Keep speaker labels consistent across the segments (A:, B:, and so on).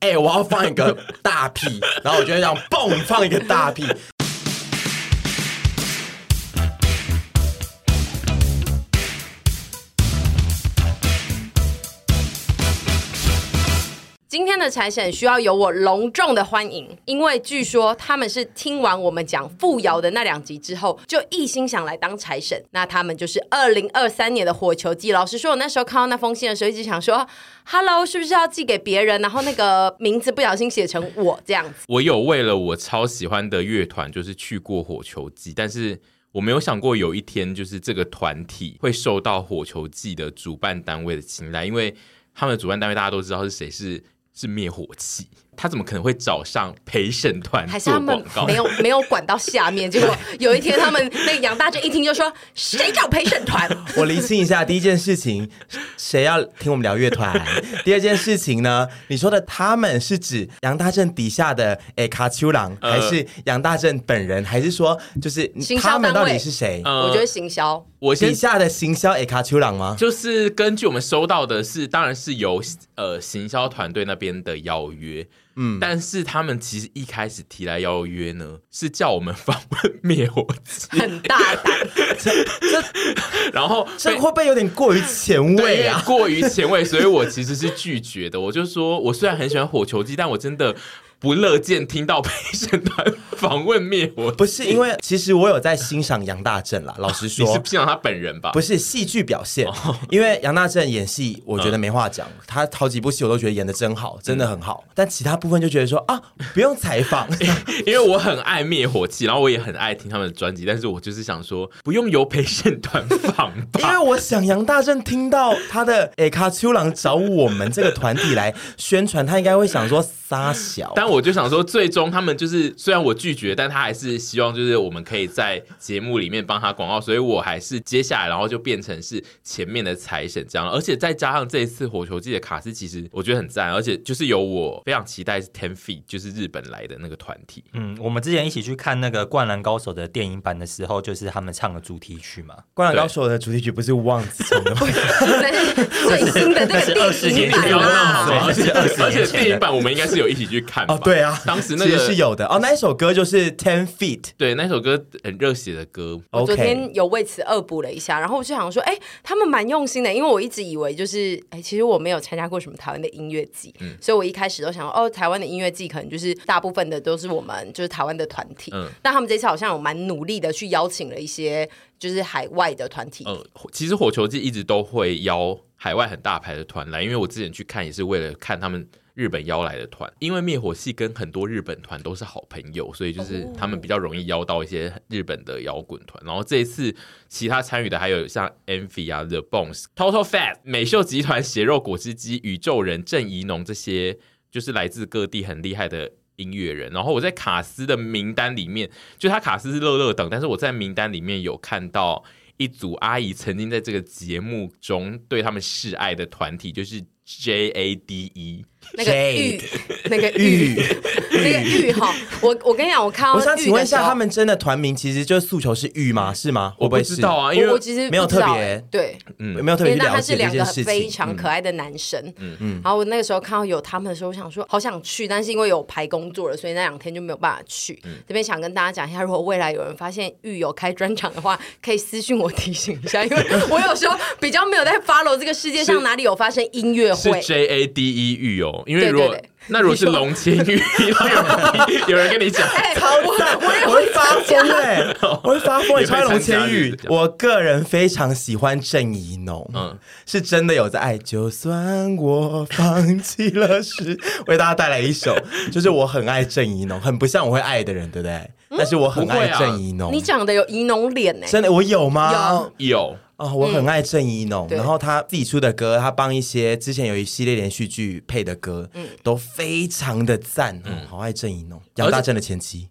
A: 哎、我要放一个大屁， 然后我就会这样嘣放一个大屁。
B: 今天的产审需要由我隆重的欢迎，因为据说他们是听完我们讲富瑶的那两集之后，就一心想来当财神。那他们就是二零二三年的火球季。老实说，我那时候看到那封信的时候，一直想说，Hello，是不是要寄给别人？然后那个名字不小心写成我这样 子。
C: 我有为了我超喜欢的乐团，就是去过火球季，但是我没有想过有一天，就是这个团体会受到火球季的主办单位的青睐，因为他们的主办单位大家都知道是谁，是是灭火器，他怎么可能会找上陪 审团
B: 还是
C: 做
B: 他们
C: 广告？
B: 没
A: 啊
B: 有没有管到下面，结果有一天他们那个杨大正一听就说谁找陪审团？
A: 我厘清一下，第一件事情，谁要听我们聊乐 团？第二件事情呢，你说的他们是指杨大正底下的哎卡丘郎，
C: 呃
A: 还是杨大正本人，还是说就是
B: 行销
A: 他们
B: 单
A: 到
B: 位
A: 底是谁？
C: 呃
B: 我觉得行销
C: 我先
A: 底下的行销哎卡丘郎吗？
C: 就是根据我们收到的是，当然是由呃行销团队那边的邀约，嗯，但是他们其实一开始提来邀约呢，是叫我们访问灭火 器，
B: 很大胆，
C: 然后
A: 这
C: 被
A: 会不会有点过于前
C: 对，因
A: 卫
C: 为
A: 啊？
C: 过于前卫，所以我其实是拒绝的。我就说我虽然很喜欢火球季，但我真的不乐见听到陪审团访问灭 火器。
A: 不是，因为其实我有在欣赏杨大正啦，老实
C: 你
A: 说，
C: 是欣赏他本人吧？
A: 不是戏剧表现，
C: 哦
A: 因为杨大正演戏，我
C: 嗯
A: 觉得没话讲，他好几部戏我都觉得演的真好，真的很好。但其他部分就觉得说啊，不用采 访，
C: 因为我很爱灭火器，然后我也很爱听他们的专辑，但是我就是想说，不用由陪审团访 吧。
A: 因为我想杨大正听到他的诶卡丘郎找我们这个团体来宣传，他应该会想说撒小。
C: 但我就想说，最终他们就是虽然我拒绝，但他还是希望就是我们可以在节目里面帮他广告，所以我还是接下来，然后就变成是前面的财神这样，而且再加上这一次火球季的卡斯，其实我觉得很赞，而且就是有我非常期待是 Ten Feet，就是日本来的那个团体，
D: 嗯，我们之前一起去看那个《灌篮高手》的电影版的时候，就是他们唱的主题曲嘛。
A: 灌篮高手的主题曲不是忘词唱 的吗，
B: 那是最新的那个
D: 那是
B: 电
D: 20
B: 影
D: 年
B: 版
D: 前
C: 不要闹好
B: 啦
C: 不。啊好？而
D: 对
C: 且
D: 那是20
C: 而且
D: 年前的
C: 电影版我们应该是有一起去看吧
A: 哦，对 啊，
C: 当时那个
A: 其实是有的哦，那一首歌就是 Ten Feet。
C: 对那首歌很热血的歌，
B: 我昨
A: OK，
B: 天有为此恶补了一下，然后我就想说，哎、他们蛮用心的，因为我一直以为就是，哎、其实我没有参加过什么台湾的音乐季，
A: 嗯
B: 所以我一开始都想，哦，台湾的音乐季可能就是大部分的都是我们就是台湾的团体，
C: 嗯
B: 但他们这次好像有蛮努力的去邀请了一些就是海外的团体，
A: 哦
C: 嗯，火其实火球季一直都会邀海外很大牌的团来，因为我之前去看也是为了看他们日本邀来的团，因为灭火器跟很多日本团都是好朋友，所以就是他
B: 哦
C: 们比较容易邀到一些日本的摇滚团。然后这一次其他参与的还有像 Envy 啊、The Bones、Total Fat、美秀集团、血肉果汁机、宇宙人、郑怡农这些，就是来自各地很厉害的。音乐人，然后我在卡斯的名单里面，就他卡斯是乐乐等，但是我在名单里面有看到一组阿姨曾经在这个节目中对他们示爱的团体，就是 J A D E。
B: 那个 玉
A: Jade，
B: 那个玉
A: 玉，
B: 那个玉哈，我我跟你讲，我看 到
A: 我想请问一
B: 哦玉的时
A: 下，
B: 候
A: 他。们真的团名其实就是诉求是玉吗？是吗？会
C: 我
A: 不
C: 不
A: 会
C: 知
A: 是？
C: 道啊，因
B: 我我
C: 为
B: 其实
A: 没有
B: 不知道
A: 特别
B: 哎对，
A: 有没有特别
B: 对，
A: 去
B: 但
A: 了
B: 他
A: 解这
B: 是两个
A: 件事
B: 非
A: 情。
B: 常可爱的男生，嗯嗯。然后我那个时候看到有他们的时候，我想说好想去，但是因为有排工作了，所以那两天就没有办法去。
A: 嗯
B: 这边想跟大家讲一下，如果未来有人发现狱友开专场的话， 可以私信我提醒一下，因为我有时候比较没有在 follow 这个世界上
C: 是
B: 哪里有发生音乐
C: 是
B: 会。
C: J A D E 狱友，因为如果
B: 对对对
C: 那如果是
B: 你说
C: 龙千玉， 有人跟你讲，
B: 哎，我我
A: 我
B: 我
A: 会发疯哎、 我会发疯、欸。
C: 你
A: 穿
C: 会
A: 龙
C: 参加
A: 千
C: 日
A: 羽
C: 子这，样
A: 我个人非常喜欢郑怡农，嗯
C: 嗯，
A: 是真的有在爱。就算我放弃了时，为大家带来一首，就是我很爱郑怡农，很不像我会爱的人，对不对？但是我很
C: 不会
A: 爱
C: 啊
A: 郑怡农
B: 你，长得有怡农脸欸呢，
A: 真的我有吗
B: 有？
C: 有
A: 哦，我很爱郑怡农，
B: 嗯对
A: 然后他自己出的歌，他帮一些之前有一系列连续哦剧配的歌，都非常的赞，嗯，好爱郑怡农，杨大正的前妻，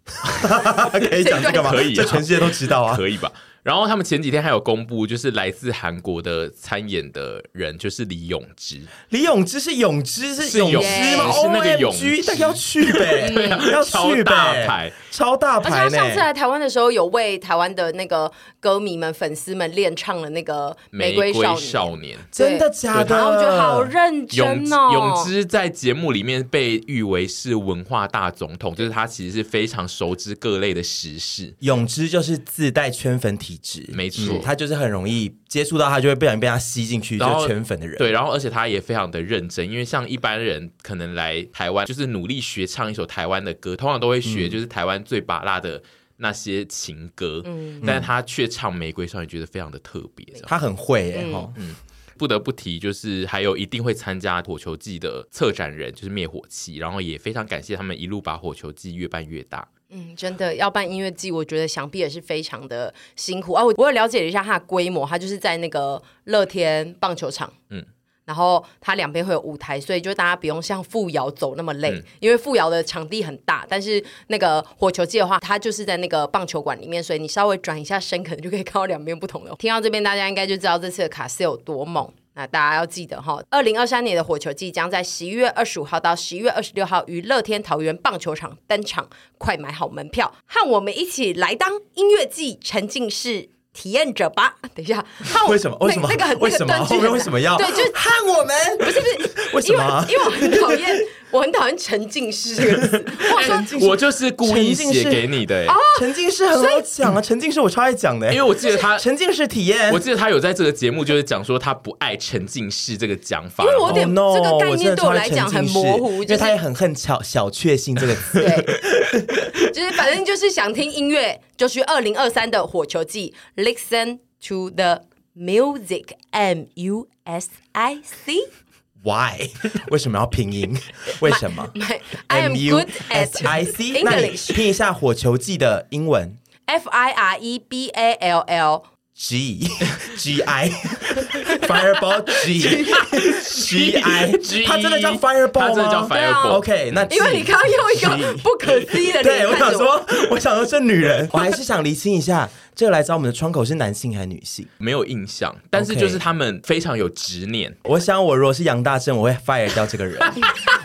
A: 可以讲这个吗？
C: 嗯 可以啊
A: 这全世界都知道啊。
C: 可以吧？然后他们前几天还有公布，就是来自韩国的参演的人，就是李永芝，
A: 李永芝是永芝是
C: 是
A: 永
C: 永
A: 芝吗哦
C: 芝是那个永
A: OMG，
C: 芝啊
A: 那个要去 呗，要
C: 超
A: 去
C: 大
A: 呗，
C: 牌。
A: 超大
B: 而
A: 牌
B: 且他上次
A: 呢。
B: 来台湾的时候，有为台湾的那个歌迷们、粉丝们练唱了那个《
C: 玫
B: 瑰
C: 瑰
B: 少女》
C: 少年，
A: 真的假的？
B: 然后我觉得好认
C: 永
B: 真哦，
C: 永之在节目里面被誉为是文化大总统，就是他其实是非常熟知各类的时事。
A: 永之就是自带圈粉体质，
C: 没错
A: 嗯他就是很容易接触到他，就会不小心被他吸进去，就
C: 然后
A: 是圈粉的人。
C: 对，然后而且他也非常的认真，因为像一般人可能来台湾就是努力学唱一首台湾的歌，通常都会学就是台湾最拔辣的那些情歌，
B: 嗯
C: 但他却唱《玫瑰少女》，觉得非常的特别。这样
A: 他很会
B: 嗯
A: 哎、吼
C: 不得不提，就是还有一定会参加火球季的策展人就是灭火器，然后也非常感谢他们一路把火球季越办越大。
B: 嗯，真的要办音乐季，我觉得想必也是非常的辛苦啊。我我有了解了一下它的规模，它就是在那个乐天棒球场，嗯
C: 嗯，
B: 然后它两边会有舞台，所以就大家不用像富瑶走那么累，
C: 嗯
B: 因为富瑶的场地很大，但是那个火球季的话，它就是在那个棒球馆里面，所以你稍微转一下身，可能就可以看到两边不同的。 听到这边，大家应该就知道这次的卡斯有多猛。那大家要记得哈，二零二三年的火球季将在十一月二十五号到十一月二十六号于乐天桃园棒球场登场，快买好门票，和我们一起来当音乐季沉浸式体验者吧！等一下，和我
A: 为什么？
B: 那
A: 为什么？
B: 那个很
A: 为什
B: 那个
A: 么？
B: 断句
A: 后面
B: 很
A: 为
B: 难
A: 什么要？
B: 对，就是
A: 看我们，
B: 不是不 是，
A: 为什么啊
B: 因为因为我很讨厌，我很讨厌沉浸式这个词，或者 说
C: 我就是故意写给你
B: 哦
C: 的、欸
A: 沉浸式很好讲啊，沉浸式我超爱讲的、欸，
C: 因为我记得他，
A: 沉浸式体验
C: 我。记得他有在这个节目就是讲说他不爱沉浸式这个讲法，
B: 因为我
C: 然后
B: 有点
A: Oh no，
B: 这个概念
A: 真的
B: 对我
A: 超
B: 来讲很
A: 沉浸式
B: 模糊
A: 因为
B: 就是
A: 他也很恨小小确幸这个 词。
B: 对，就是反正就是想听音乐，就去二零二三的火球季，listen to the music m u s i c。
A: Why？为什么要拼音？为什么
B: My- I am good at
A: I C？那你
B: English.
A: 拼一下火球季的英文
B: F I R E B A L L
A: G E G I Fireball G E
B: E
A: G I，
C: G
A: 它真的叫 Fireball 吗
C: 它真的叫
A: 对
B: 啊
C: Fireball。
A: OK，那 G
B: 因为你刚刚用一个
A: G
B: 不可思议 的
A: 对
B: 脸
A: 我
B: 看
A: 想
B: 着我，
A: 说，我想说这女人， 我还是想厘清一下，这个来找我们的窗口是男性还是女性？
C: 没有印象，但是
A: OK
C: 就是他们非常有执念。
A: 我想，我如果是杨大正，我会 fire 掉这个人。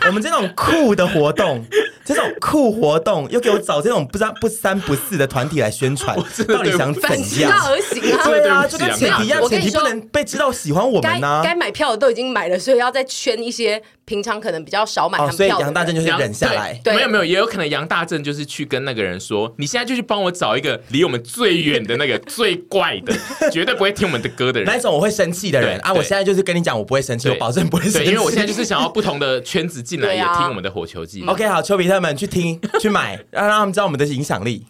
A: 我们这种酷的活动， 这种酷活动，又给我找这种不三不三不四的团体来宣传，到底想
B: 反
A: 怎
B: 其道
A: 样？
B: 而行啊。
A: 对啊，
C: 对
A: 就
C: 不起
A: 跟前提一
B: 没
A: 样
B: 有，我跟
A: 前
B: 你
A: 提不
B: 说
A: 能被知道喜欢我
B: 该
A: 们呐、
B: 该买票的都已经买了，所以要再圈一些平常可能比较少买他
A: 哦，
B: 们
A: 所以
B: 票的人。
A: 杨大正就是
C: 杨
A: 忍下来。
B: 对
C: 没有没有，也有可能杨大正就是去跟那个人说，你现在就去帮我找一个离我们最远的那个最怪 的，绝对不会听我们的歌的
A: 那
C: 人。
A: 种我会生气的人
C: 对
A: 啊，我
C: 对
A: 现在就是跟你讲，我不会生气，
C: 对
A: 我保证不会生
C: 对，
A: 气。
C: 因为我现在就是想要不同的圈子进来，
B: 对
C: 也
B: 啊
C: 听我们的火球季。
A: OK 好，丘比特们去听去买，让让他们知道我们的影响力。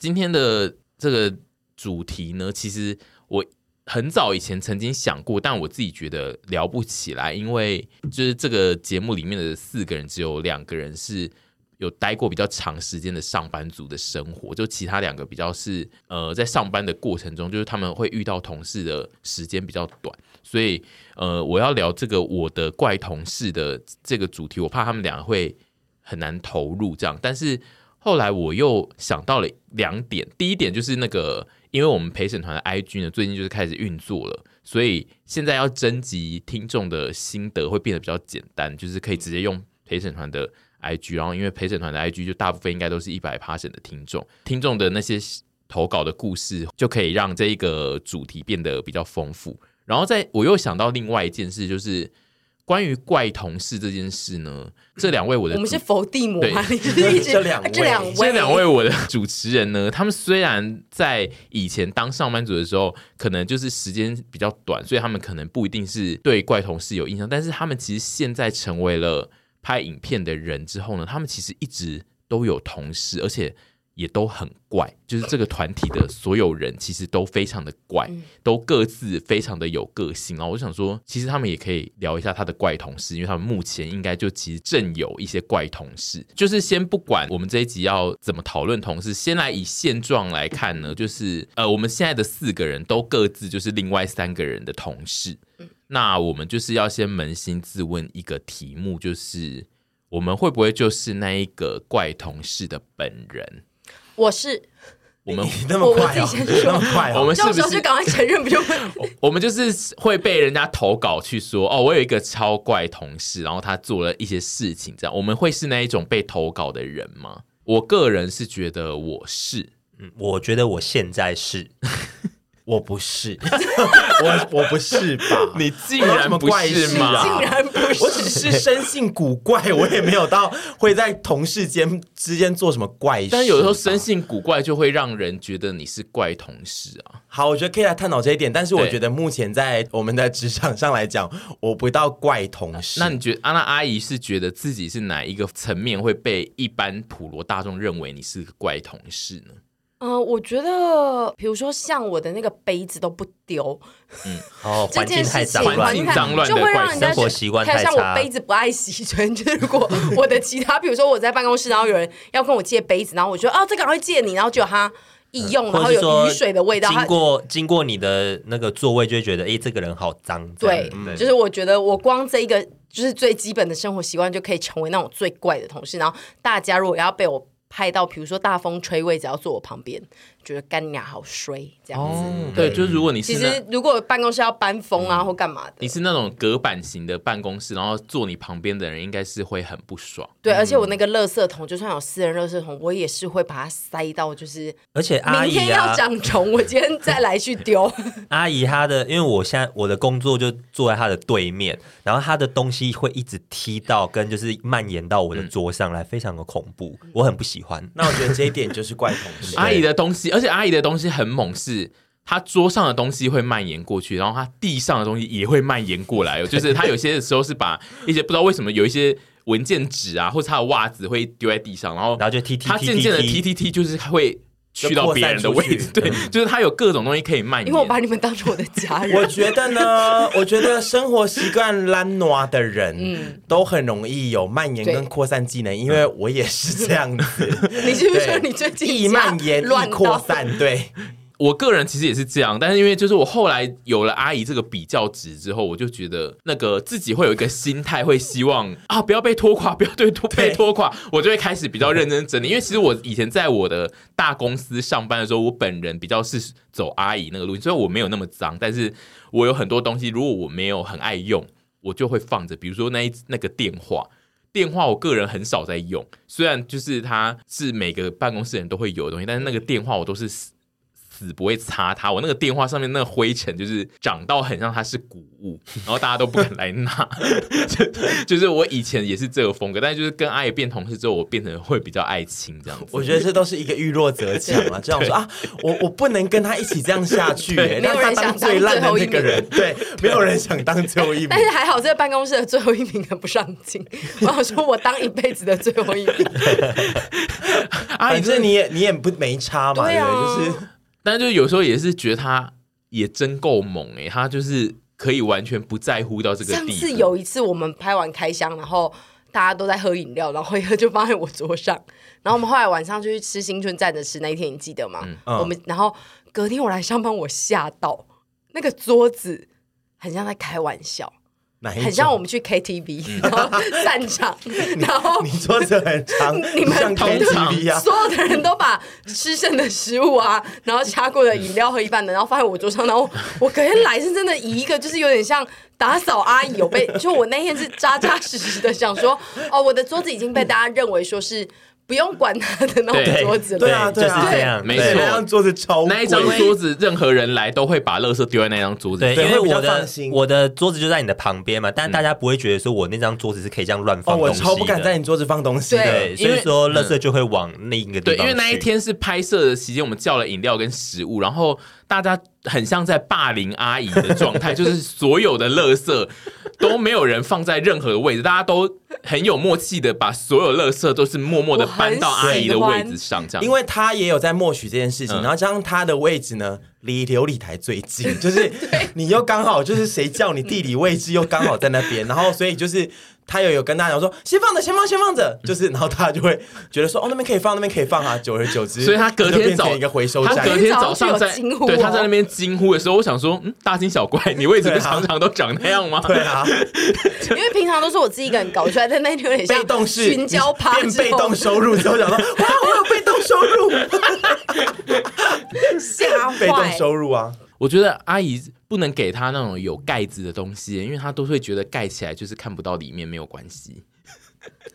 C: 今天的这个主题呢，其实我很早以前曾经想过，但我自己觉得聊不起来，因为就是这个节目里面的四个人，只有两个人是。有待过比较长时间的上班族的生活，就其他两个比较是呃，在上班的过程中，就是他们会遇到同事的时间比较短，所以呃，我要聊这个我的怪同事的这个主题，我怕他们俩会很难投入这样。但是后来我又想到了两点，第一点就是那个，因为我们陪审团的 IG 呢，最近就是开始运作了，所以现在要征集听众的心得会变得比较简单，就是可以直接用陪审团的 IG，然后因为陪审团的 IG 就大部分应该都是一百 p a 的听众，听众的那些投稿的故事就可以让这一个主题变得比较丰富。然后在我又想到另外一件事，就是关于怪同事这件事呢，这两位我的
B: 我们
C: 主
B: 是伏地魔啊，你
C: 嗯对
B: 就是一直
A: 这两位
B: 这两位
C: 这两位我的 主持人呢，他们虽然在以前当上班族的时候，可能就是时间比较短，所以他们可能不一定是对怪同事有印象，但是他们其实现在成为了拍影片的人之后呢，他们其实一直都有同事，而且也都很怪，就是这个团体的所有人其实都非常的怪，都各自非常的有个性。然后我就想说，其实他们也可以聊一下他的怪同事，因为他们目前应该就其实正有一些怪同事。就是先不管我们这一集要怎么讨论同事，先来以现状来看呢，就是呃，我们现在的四个人都各自就是另外三个人的同事。那我们就是要先扪心自问一个题目，就是我们会不会就是那一个怪同事的本人？
B: 我是，
C: 我们
A: 你那么快、
B: 我
A: 哦
B: 我自己，先
A: 你那么快、哦，
C: 我们是
B: 这
C: 不
B: 种
C: 是哦
B: 时候就赶快承认，不用问。
C: 我们就是会被人家投稿去说哦，我有一个超怪同事，然后他做了一些事情，这样我们会是那一种被投稿的人吗？我个人是觉得我是，
D: 嗯我觉得我现在是，
A: 我不是，我我不是吧？
C: 你 竟然不是啊
A: 有什么怪事
C: 吗？
B: 竟然不
A: 我
B: 是，
A: 只是生性古怪，我也没有到会在同事间之间做什么怪事。
C: 但有时候生性古怪就会让人觉得你是怪同事啊。
A: 好，我觉得可以来探讨这一点，但是我
C: 对
A: 觉得目前在我们的职场上来讲，我不到怪同事。
C: 那你觉得安娜阿姨是觉得自己是哪一个层面会被一般普罗大众认为你是个怪同事呢？
B: 嗯、我觉得，比如说像我的那个杯子都不丢，
D: 哦，
B: 这
D: 环境
B: 件
D: 太
B: 事
D: 脏
B: 情，环
C: 乱
D: 乱
B: 境
C: 境
B: 太
C: 脏乱
B: 就
C: 的
B: 会
C: 怪
B: 让人家
D: 生活
B: 觉得
D: 习惯
B: 看
D: 太
B: 像我
D: 差
B: 杯子不爱洗，就是如果我的其他，比 如说我在办公室，然后有人要跟我借杯子，然后我说啊，这赶快借你，然后就他一用，然
D: 或
B: 后
D: 者是
B: 有
D: 说
B: 雨水的味道，
D: 经
B: 他
D: 过经过你的那个座位，就会觉得，诶，这个人好脏。这样
B: 对，就是我觉得我光这一个就是最基本的生活习惯，就可以成为那种最怪的同事。然后大家如果要被我拍到，比如说大风吹位置要坐我旁边，觉得干娘好衰这样子。
C: 嗯对，就是如果你
B: 其
C: 哦是嗯那
B: 实如果办公室要搬风啊或干嘛的
C: 你，是那种隔板型的办公室，然后坐你旁边的人应该是会很不爽。
B: 对，而且我那个垃圾桶，就算有私人垃圾桶，我也是会把它塞到，就是
D: 而且阿
B: 明
D: 姨
B: 天要
D: 啊，
B: 长虫，我今天再来去丢。
D: 阿姨她的，因为我现在我的工作就坐在她的对面，然后她的东西会一直踢到，跟就是蔓延到我的桌上来，非常的恐怖，我很不喜欢。
A: 那我觉得这一点就是怪同事。
C: 阿姨的东西，而且阿姨的东西很猛是。她桌上的东西会蔓延过去，然后她地上的东西也会蔓延过来哦。就是她有些时候是把一些不知道为什么有一些文件纸啊，或者她的袜子会丢在地上，然后
D: 然后就踢踢
C: 她
D: 踢
C: 渐渐的
D: 踢
C: 踢踢踢，就是会去到别人的
A: 就扩散
C: 位
A: 出去
C: 置。对，就是她有各种东西可以蔓
B: 因为我
C: 延。
B: 把你们当成我的家
A: 我
B: 人，
A: 觉得呢， 我觉得生活习惯懒惰的人，
C: 嗯
A: 都很容易有蔓延
B: 对
A: 跟扩散技能，因为我也是这样 子，
B: 你是不是说
A: 对
B: 你最近
A: 易
B: 家
A: 蔓延
B: 乱
A: 易
B: 到
A: 扩？散，对，
C: 我个人其实也是这样，但是因为就是我后来有了阿姨这个比较值之后，我就觉得那个自己会有一个心态，会希望啊不要被拖垮，不要对拖
A: 对
C: 被拖垮，我就会开始比较认真整理。因为其实我以前在我的大公司上班的时候，我本人比较是走阿姨那个路线，所以我没有那么脏，但是我有很多东西，如果我没有很爱用，我就会放着，比如说那一那个电话。电话我个人很少在用，虽然就是它是每个办公室人都会有的东西，但是那个电话我都是死死不会擦它。我那个电话上面那个灰尘就是长到很像它是谷 物，然后大家都不敢来拿。 就就是我以前也是这个风格，但是就是跟阿姨变同事之后，我变成会比较爱亲这样子。
A: 我觉得这都是一个遇弱则强 啊，这样说啊，我我不能跟他一起这样下去、欸，
B: 没有
A: 让他
B: 人
A: 当
B: 想
A: 最烂的
B: 当最后
A: 那
B: 一
A: 个人，对，没有人想当最后一名
B: 但。是还好，这个办公室的最后一名很不上 进。我想说，我当一辈子的最后一名，
C: 阿姨
A: 反
C: 真的
A: 正你也你也不没差嘛，
B: 对啊
A: 不就是
C: 但就有时候也是觉得他也真够猛哎、欸，他就是可以完全不在乎到这个
B: 上
C: 地
B: 次
C: 步。
B: 有一次我们拍完开箱，然后大家都在喝饮料，然后一喝就放在我桌上。然后我们后来晚上就去吃新春站着吃，那一天你记得吗？
A: 嗯
B: 我们然后隔天我来上班，我吓到那个桌子很像在开玩笑，
A: 哪一
B: 很像我
A: 种？
B: 们去 KTV 然后散场，然后
A: 你桌子很长，
B: 你们
A: 像
B: 同
A: KTV 啊，
B: 所有的人都把吃剩的食物啊，然后掐过的饮料喝一半的，然后放在我桌上，然后我隔天来是真的以一个就是有点像打扫阿姨，有被就我那天是扎扎实实的想说，哦，我的桌子已经被大家认为说是不用管他的那种
C: 对
B: 桌子了，
A: 对啊
D: 对，就是这样，
C: 没
A: 对
C: 错
A: 那张桌子超
C: 那一张
A: 贵
C: 桌子，任何人来都会把垃圾丢在那张桌子
D: 对，
C: 上。
D: 因为
A: 会比较
D: 我
A: 放
D: 的
A: 心
D: 我的桌子就在你的旁边嘛，但大家不会觉得说我那张桌子是可以这样乱
A: 哦，
D: 放
A: 我
D: 东西的。
A: 超不敢在你桌子放东西的
B: 对。
D: 对，所以说垃圾就会往另一个地
C: 对，
D: 方
C: 因为那一
D: 去
C: 天是拍摄的期间，我们叫了饮料跟食物，然后大家很像在霸凌阿姨的状态，就是所有的垃圾都没有人放在任何位置，大家都很有默契的把所有垃圾都是默默的搬到阿姨的位置上，这样。
A: 因为他也有在默许这件事情，
C: 嗯
A: 然后加上他的位置呢离琉璃台最 近，就是你又刚好就是谁叫你地理位置又刚好在那边，然后所以就是他也有跟大家讲说，先放着，先放，先放着，就是然后大家就会觉得说，哦，那边可以放，那边可以放啊。久而久之，
C: 所以他隔
A: 就
C: 天
A: 变
C: 早
A: 成一个回收
C: 他
A: 站
C: 隔。天早
B: 早上
C: 上在
B: 就有惊呼哦
C: 对他在那边惊呼的时候，我想说，嗯，大惊小怪，你位置不是
A: 对啊
C: 常常都长那样吗？
A: 对啊，
B: 因为平常都是我自己一个人搞出来，但那 天有点像
A: 被动式
B: 群交趴
A: 变
B: 之后
A: 被动收入之后，想说哇，我有被动收入，
B: 吓
A: 被动
B: 坏。
A: 收入啊，
C: 我觉得阿姨不能给他那种有盖子的东西，因为他都会觉得盖起来就是看不到里面，没有关系。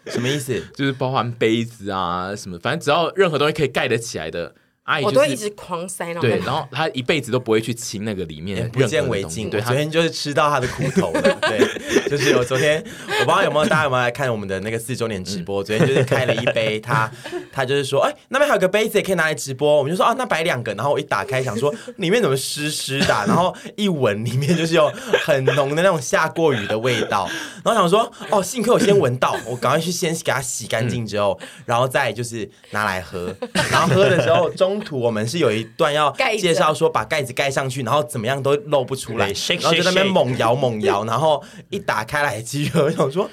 A: 什么意思？
C: 就是包含杯子啊什么，反正只要任何东西可以盖得起来的，阿姨
B: 我
C: 就
B: 都会
C: 是
B: 一直狂塞，然后
C: 对，然后他一辈子都不会去清那个里面
A: 眼不
C: 任何
A: 见
C: 的
A: 为
C: 东西
A: 净。
C: 对
A: 我
C: 他
A: 昨天就是吃到他的苦 头了。对，就是我昨天，我不知道有没有大家有没有来看我们的那个四周年直播？昨天就是开了一杯，他 他就是说，哎、那边还有个杯子也可以拿来直播。我们就说啊，那摆两个。然后我一打开，想说里面怎么湿湿的啊、然后一闻里面就是有很浓的那种下过雨的味道。 然后想说，哦，幸亏我先闻到，我赶快去先给它洗干净之后，然后再就是拿来喝。然后喝的时候，中途我们是有一段要
B: 盖着
A: 介绍说把盖子盖上去，然后怎么样都露不出来，
D: 对，shake，
A: 然后就在那边
D: shake，shake
A: 猛摇猛摇， 然后一打开来机热，我想说。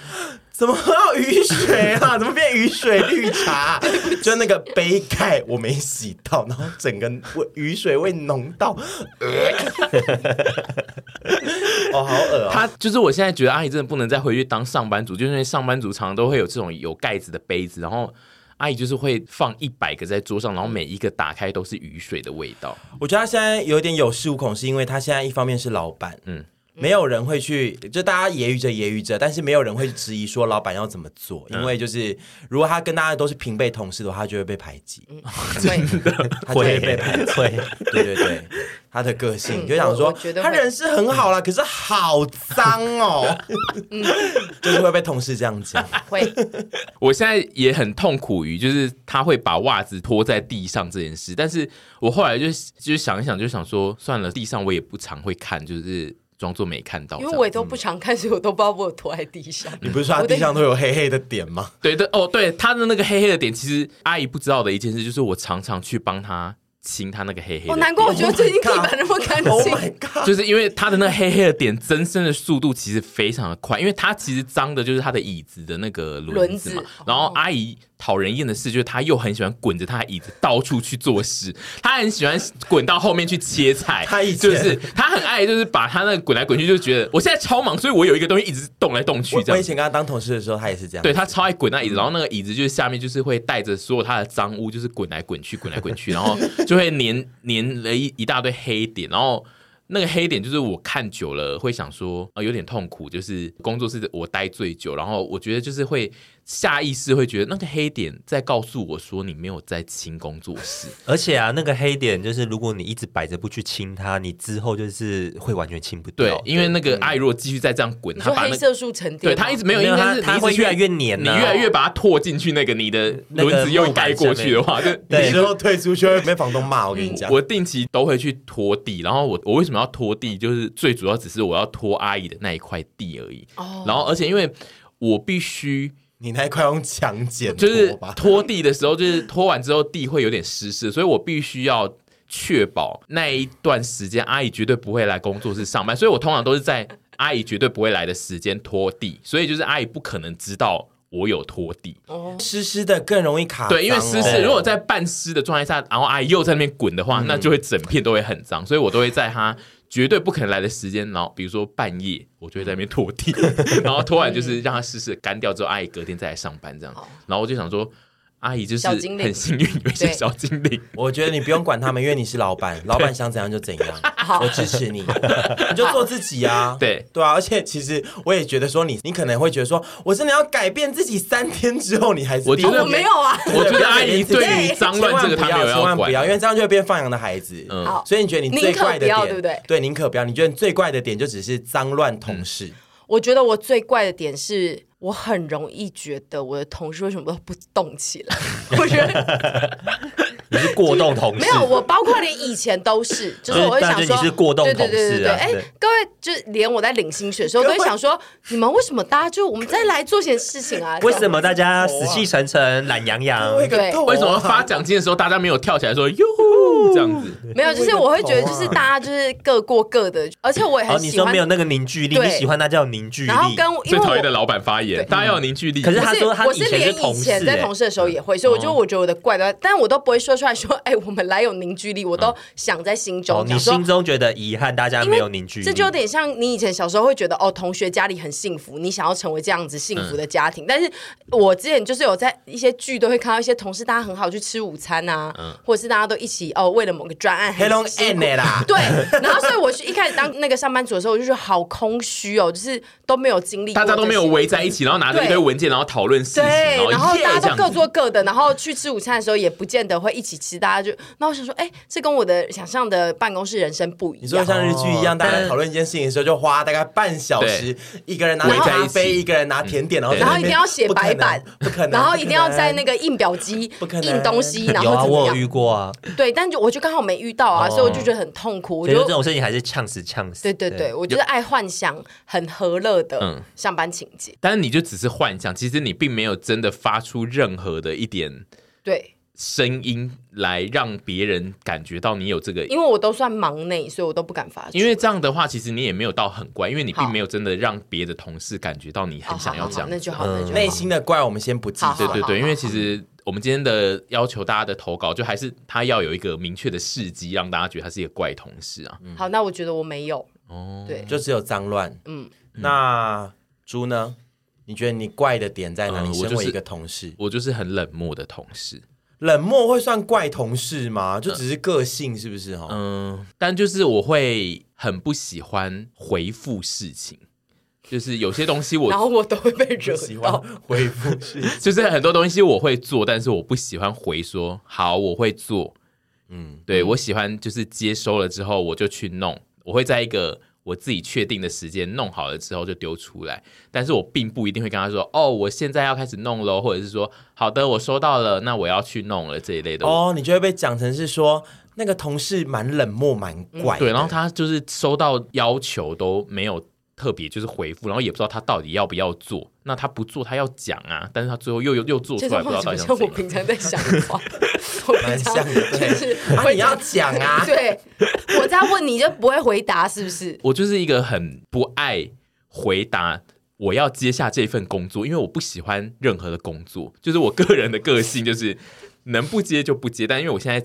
A: 怎么喝到雨水 啊？怎么变雨水绿茶、 就那个杯盖我没洗到，然后整个味雨水味浓到，呃 哦，好恶啊、
C: 他就是我现在觉得阿姨真的不能再回去当上班族，就是因为上班族常常都会有这种有盖子的杯子，然后阿姨就是会放一百个在桌上，然后每一个打开都是雨水的味道。
A: 我觉得他现在有点有恃无恐，是因为他现在一方面是老板，嗯
C: 嗯，
A: 没有人会去，就大家揶揄着揶揄着，但是没有人会质疑说老板要怎么做，因为就是如果他跟大家都是平辈同事的话，他就会被排挤，
B: 对，
A: 他就会被
D: 会
A: 排
D: 会，
A: 对对对，他的个性
B: 嗯
A: 就想
B: 我
A: 说
B: 我觉，得
A: 他
B: 会
A: 人是很好啦，可是好脏 哦，
B: 嗯
A: 就是会被同事这样讲。
B: 会
C: 我现在也很痛苦于，就是他会把袜子拖在地上这件事。但是我后来就就是想一想，就想说算了，地上我也不常会看，就是装作没看到
B: 因
C: 这样。
B: 为我也都不常看，所以我都不知道我有拖在地上。
A: 你不是说他地上都有黑黑的点吗？
C: 对对哦，对他的那个黑黑的点，其实阿姨不知道的一件事，就是我常常去帮他清他那个黑黑的
B: 哦，
C: 点。
B: 难怪我觉得最近
A: Oh my
B: 地
A: god
B: 板那么干
A: Oh
B: 净。
A: my god！
C: 就是因为它的那黑黑的点增生的速度其实非常的快，因为它其实脏的就是它的椅子的那个轮子嘛
B: 轮子。
C: 然后
B: 哦
C: 阿姨讨人厌的事就是她又很喜欢滚着她的椅子到处去做事，她很喜欢滚到后面去切菜。
A: 她以前
C: 就是她很爱就是把她那个滚来滚去，就觉得我现在超忙，所以我有一个东西一直动来动去
A: 我
C: 这
A: 我
C: 样
A: 以。前跟他当同事的时候，他也是这样。
C: 对她超爱滚那椅子，然后那个椅子就是下面就是会带着所有她的脏污，就是滚来滚去，滚来滚 去，然后就会粘粘了一一大堆黑点，然后。那个黑点就是我看久了会想说，呃，有点痛苦，就是工作室我待最久，然后我觉得就是会下意识会觉得那个黑点在告诉我说你没有在清工作室，
D: 而且啊，那个黑点就是，如果你一直摆着不去清它，你之后就是会完全清不
C: 对
D: 掉，，
C: 因为那个爱若继续再这样滚，
B: 你
C: 他
B: 说
C: 把
B: 黑
C: 那个
B: 色素沉淀
C: 对
B: 吗，
C: 他一直没有，
D: 没
C: 应
D: 有
C: 该是
D: 它
C: 你一直
D: 它会
C: 去
D: 越来越黏
C: 你
D: 啊
C: 越来越把它拓进去那个你的
D: 那个
C: 轮子又
D: 木板
C: 盖过
D: 上
C: 去的话，就
A: 你之后退出去会被房东骂，我跟
B: 嗯
A: 你讲。
C: 我定期都会去拖地，然后我我为什么要拖地？就是最主要只是我要拖阿姨的那一块地而已。
B: 哦
C: 然后而且因为我必须
A: 你那一块用强剪
C: 就是
A: 拖吧，
C: 拖地的时候，就是拖完之后地会有点湿湿，所以我必须要。确保那一段时间阿姨绝对不会来工作室上班，所以我通常都是在阿姨绝对不会来的时间拖地，所以就是阿姨不可能知道我有拖地。
B: 哦，
A: 湿湿的更容易卡、哦
C: 对，因为湿湿，
D: 对
C: 如果在半湿的状态下，然后阿姨又在那边滚的话，那
A: 嗯
C: 就会整片都会很脏，所以我都会在她绝对不可能来的时间，然后比如说半夜，我就会在那边拖地，
A: 嗯
C: 然后拖完就是让她湿湿地干掉之后，阿姨隔天再来上班这样
B: 哦。
C: 然后我就想说，阿姨就是
B: 小精灵
C: 很幸运有一些
B: 对
C: 小精灵，
A: 我觉得你不用管他们，因为你是老板，老板想怎样就怎样。
B: 好
A: 我支持你， 你就做自己啊。
C: 对
A: 对啊，而且其实我也觉得说你，你可能会觉得说，我真的要改变自己三天之后，你还是
C: 我觉
A: 第
C: 得
A: 一
B: 我
A: 个
B: 没有啊。
C: 我觉得阿姨对于脏乱这个她没有
A: 千万不要，千万不要，因
C: 管。啊
A: 为这样就会变放羊的孩子。
C: 嗯
B: 好
A: 所以你觉得你最怪的
B: 宁可不要
A: 点，
B: 对不对
A: 对，宁可不要。你觉得你最怪的点就只是脏乱同事，
B: 我觉得我最怪的点是。我很容易觉得我的同事为什么都不动起 来？我觉得
D: 你是过动同事
B: 没。有，我包括连以前都是，就是我会
D: 就是
B: 想
D: 大
B: 说，
D: 家你是过动
B: 对对对对
D: 同事
B: 对，
D: 啊
B: 哎
D: 对，
B: 各位就是连我在领薪水的时候，都会想说，你们为什么大家就我们再来做些事情啊？
D: 为什么大家死气沉沉、懒洋洋？
A: 会个
C: 嗯
B: 对
A: 头啊
C: 为什么发奖金的时候大家没有跳起来说哟呼？这样子。
B: 没有，就是我会觉得就是大家就是各过各的，而且我也
D: 哦，
B: 很
D: 你
B: 喜
D: 说
B: 欢。
D: 没有那个凝聚力，
B: 对
D: 你喜欢那叫凝聚力。
B: 然后跟因
C: 最
B: 为
C: 讨厌
B: 我
C: 的老板发言，大家要有凝聚力。
D: 可是
B: 不
D: 他说他
B: 我
D: 以
B: 是
D: 前
B: 连
D: 是同
B: 以前
D: 事
B: 在
D: 欸
B: 同事的时候也会，所以我就
D: 哦
B: 我觉得我的怪的，但我都不会说出来说，哎，我们来有凝聚力，我都想在心
D: 嗯哦
B: 中，
D: 你
B: 讲说
D: 心。中觉得遗憾，大家
B: 因
D: 没
B: 为
D: 有凝聚力，
B: 这就有点像你以前小时候会觉得哦，同学家里很幸福，你想要成为这样子幸
D: 嗯
B: 福的家庭。但是我之前就是有在一些剧都会看到一些同事，大家很好去吃午餐啊，
D: 嗯
B: 或者是大家都一起哦，为了某个专案
A: 黑
B: 很
A: 龙
B: 辛
A: N
B: 苦
A: 的 啦，
B: 对，然后所以我去一开始当那个上班族的时候，我就觉得好空虚哦，就是都没有经历过
C: 大
B: 这些，
C: 家都没有围在一起，然后拿着一堆文件，然后讨论事情，
B: 对，然后
C: 耶
B: 大
C: 这
B: 家都
C: 样子
B: 各做各的，然后去吃午餐的时候也不见得会一起吃，大家就，那我想说，哎，这跟我的想象的办公室人生不一
A: 你说
B: 样。
A: 像日剧一样，
D: 哦
A: 大家
D: 但
A: 在讨论一件事情的时候，就花大概半小时，一个人拿
C: 围在
A: 咖
C: 一起嗯
A: 啡，一个人拿甜点，然后
C: 对
A: 在
B: 然后
A: 那
B: 一
A: 边
B: 定要写
A: 不可能
B: 白板
A: 不可能，
B: 然后一定要在那
A: 个
B: 个印表机
A: 不可能
B: 印东西，然
D: 有
B: 后
D: 啊，
B: 怎
D: 我
B: 么
D: 有遇
B: 样？
D: 过啊，
B: 对，但就我就刚好没遇到啊，
D: 哦
B: 所以我就觉得很痛苦。我
D: 所以
B: 就
D: 说这种事情还是呛死呛死。
B: 对对对，，我就是爱幻想很和乐的上班情节。
C: 但是你就只是幻想，其实你并没有真的发出任何的一点
B: 对，
C: 声音来让别人感觉到你有这个。
B: 因为我都算忙内，所以我都不敢发出。
C: 因为这样的话，其实你也没有到很怪，因为你并
B: 好
C: 没有真的让别的同事感觉到你很想要这
B: 哦好好好
C: 样
B: 那
C: 子。
B: 就好，那就好
A: 内心的怪，我们先不计
B: 好
A: 较
C: 对
B: 好。
C: 对
B: 好
C: 对，因为其实我们今天的要求大家的投稿，就还是他要有一个明确的事迹，让大家觉得他是一个怪同事啊。
B: 好，那我觉得我没有。
C: 哦，
B: 对，
A: 就只有脏乱。
B: 嗯
A: 嗯，那猪呢？你觉得你怪的点在哪里？
C: 嗯我
A: 身
C: 就是
A: 为一个同事，
C: 我就是很冷漠的同事。
A: 冷漠会算怪同事吗？就只是个性是不是？哦哈，
C: 嗯，但就是我会很不喜欢回复事情，就是有些东西
B: 然
C: 我
B: 后我都会被
A: 不
B: 惹
A: 喜欢
B: 到。
A: 回 复是
C: 就是很多东西我会做，但是我不喜欢回说好我会做。嗯，对我喜欢就是接收了之后我就去弄，我会在一个我自己确定的时间弄好了之后就丢出来，但是我并不一定会跟他说哦我现在要开始弄喽，或者是说好的我收到了，那我要去弄了这一类的。
A: 哦，你就会被讲成是说那个同事蛮冷漠、蛮怪的。
C: 对，然后他就是收到要求都没有特别就是回复，然后也不知道他到底要不要做。那他不做，他要讲啊，但是他最后又又又做出
B: 这
C: 来，
B: 种
C: 不知
B: 话
C: 道
B: 怎
C: 到
B: 么像我
C: 底想怎
B: 平
C: 样。
B: 常在想的 话？我平
A: 蛮
B: 常
A: 像的
B: 就是
A: 啊，
B: 会
A: 你要讲
B: 讲
A: 啊，
B: 对，我在问你就不会回答，是不是？
C: 我就是一个很不爱回答。我要接下这份工作，因为我不喜欢任何的工作，就是我个人的个性，就是能不接就不接。但因为我现在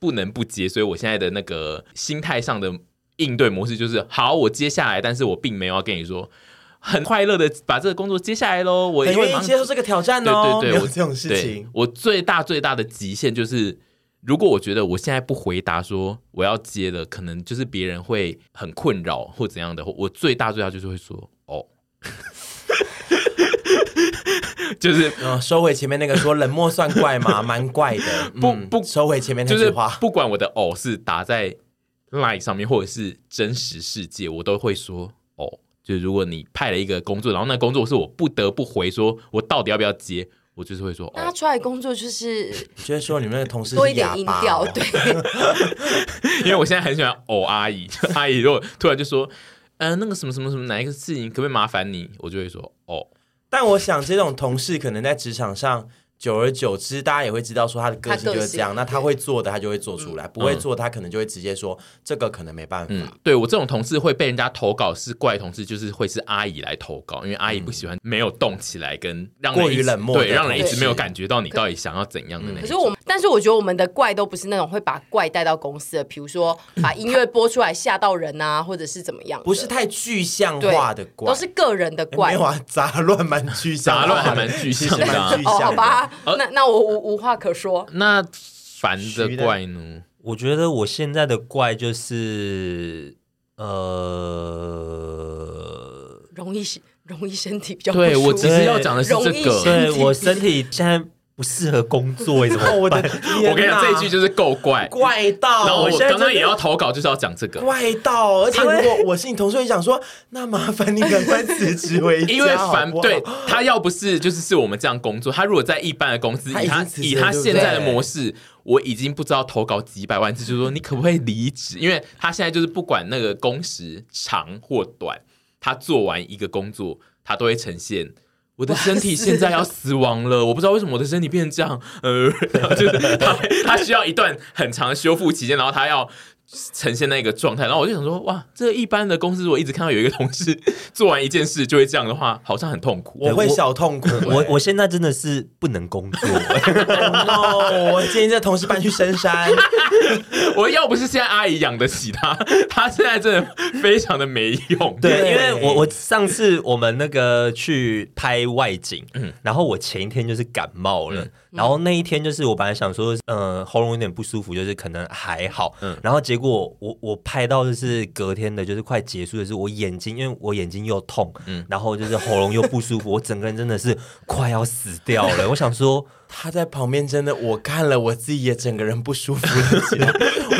C: 不能不接，所以我现在的那个心态上的应对模式就是：好，我接下来，但是我并没有要跟你说很快乐的把这个工作接下来喽。我
A: 很
C: 因为
A: 愿
C: 忙
A: 意接受这个挑战哦。
C: 对对
A: 没
C: 对，
A: 有
C: 我
A: 这种事情
C: 对。我最大最大的极限就是，如果我觉得我现在不回答说我要接了，可能就是别人会很困扰或怎样的。我最大最大就是会说哦， 就是
A: 嗯，收回前面那个说冷漠算怪吗？蛮怪的。
C: 不
A: 嗯
C: 不
A: 收回前面那
C: 就
A: 句
C: 是
A: 话。
C: 不管我的哦是打在 line 上面，或者是真实世界，我都会说哦。就是如果你派了一个工作，然后那工作是我不得不回说我到底要不要接，我就是会说
B: 大
C: 哦
B: 家，出来工作就是
A: 就是说你们那个同事
B: 多
A: 是
B: 一点
A: 哑
B: 音
A: 巴
B: 调，
A: 哦
B: 对，
C: 因为我现在很喜欢偶阿姨， 就阿姨如果突然就说，呃，那个什么什么什么哪一个事情，可不可以麻烦你？我就会说，哦，
A: 但我想，这种同事可能在职场上，久而久之，大家也会知道说他的个性就是这样。
B: 他个性嗯
A: 那他会做的，他就会做出来；不会做，他可能就会直接说这个可能没办法。
C: 嗯，对我这种同事会被人家投稿是怪同事，就是会是阿姨来投稿，因为阿姨不喜欢没有动起来，跟让人
A: 过于
C: 一直
A: 冷漠的
C: 对，让人一
A: 同
C: 直
A: 事
C: 没有感觉到你到底想要怎样的那
B: 嗯可
C: 一
B: 是
C: 种。
B: 我们，但是我觉得我们的怪都不是那种会把怪带到公司的，比如说把音乐播出来吓到人啊，或者是怎么样的，
A: 不是太具象
B: 对
A: 化的怪，
B: 都是个人的
A: 诶没
B: 怪。
A: 有啊，杂乱蛮具象化的，
C: 杂乱还蛮具象
A: 其
C: 的
A: 实
C: 啊
A: 蛮具
B: 哦，好
A: 象的。
B: 吧，
C: 呃
B: 那那我无无话可说。
C: 那烦
A: 徐
C: 的
A: 的
C: 怪呢？
D: 我觉得我现在的怪就是呃，
B: 容易是容易身体比较
C: 对
B: 不舒服
C: 我其实要讲的是这
B: 容易
C: 个。
D: 对我身体现在不适合工作，哎你怎么
A: 哦我的
D: 办？
A: 天哪
C: 我跟你讲，这一句就是够怪。
A: 怪到，
C: 然后我
A: 现在
C: 刚刚
A: 真的
C: 也要投稿，就是要讲这个。
A: 怪到，而且如果我是你同事，会想说，那麻烦你赶快辞职回家，
C: 因为
A: 好
C: 凡
A: 不好
C: 对他要不是就是是我们这样工作，他如果在一般的公司，
A: 他
C: 以
A: 已经
C: 他
A: 辞职
C: 以
A: 了
C: 他
A: 对不
C: 现在的
A: 对
C: 模式，我已经不知道投稿几百万次，就是说 你可不可以离职？因为他现在就是不管那个工时长或短，他做完一个工作，他都会呈现我的身体现在要死亡了，我不知道为什么我的身体变成这样，呃， 然后就是他他需要一段很长的修复期间，然后他要呈现那个状态，然后我就想说，哇，这一般的公司，如果一直看到有一个同事 做完一件事就会这样的话，好像很痛苦。
A: 我会小痛苦、欸
D: 我我现在真的是不能工作， 哎
A: no，我建议这同事搬去深山。
C: 我要不是现在阿姨养得起他，他现在真的非常的没用。
D: 对，
A: 对
D: 因为我我上次我们那个去拍外景，
C: 嗯
D: 然后我前一天就是感冒了，然后那一天就是我本来想说，呃，喉咙有点不舒服，就是可能还好，
C: 嗯
D: 然后结果我我拍到就是隔天的，就是快结束的是我眼睛，因为我眼睛又痛，
C: 嗯
D: 然后就是喉咙又不舒服，我 整个人真的是快要死掉了，我想说。
A: 他在旁边真的，我看了我自己也整个人不舒服了起 来。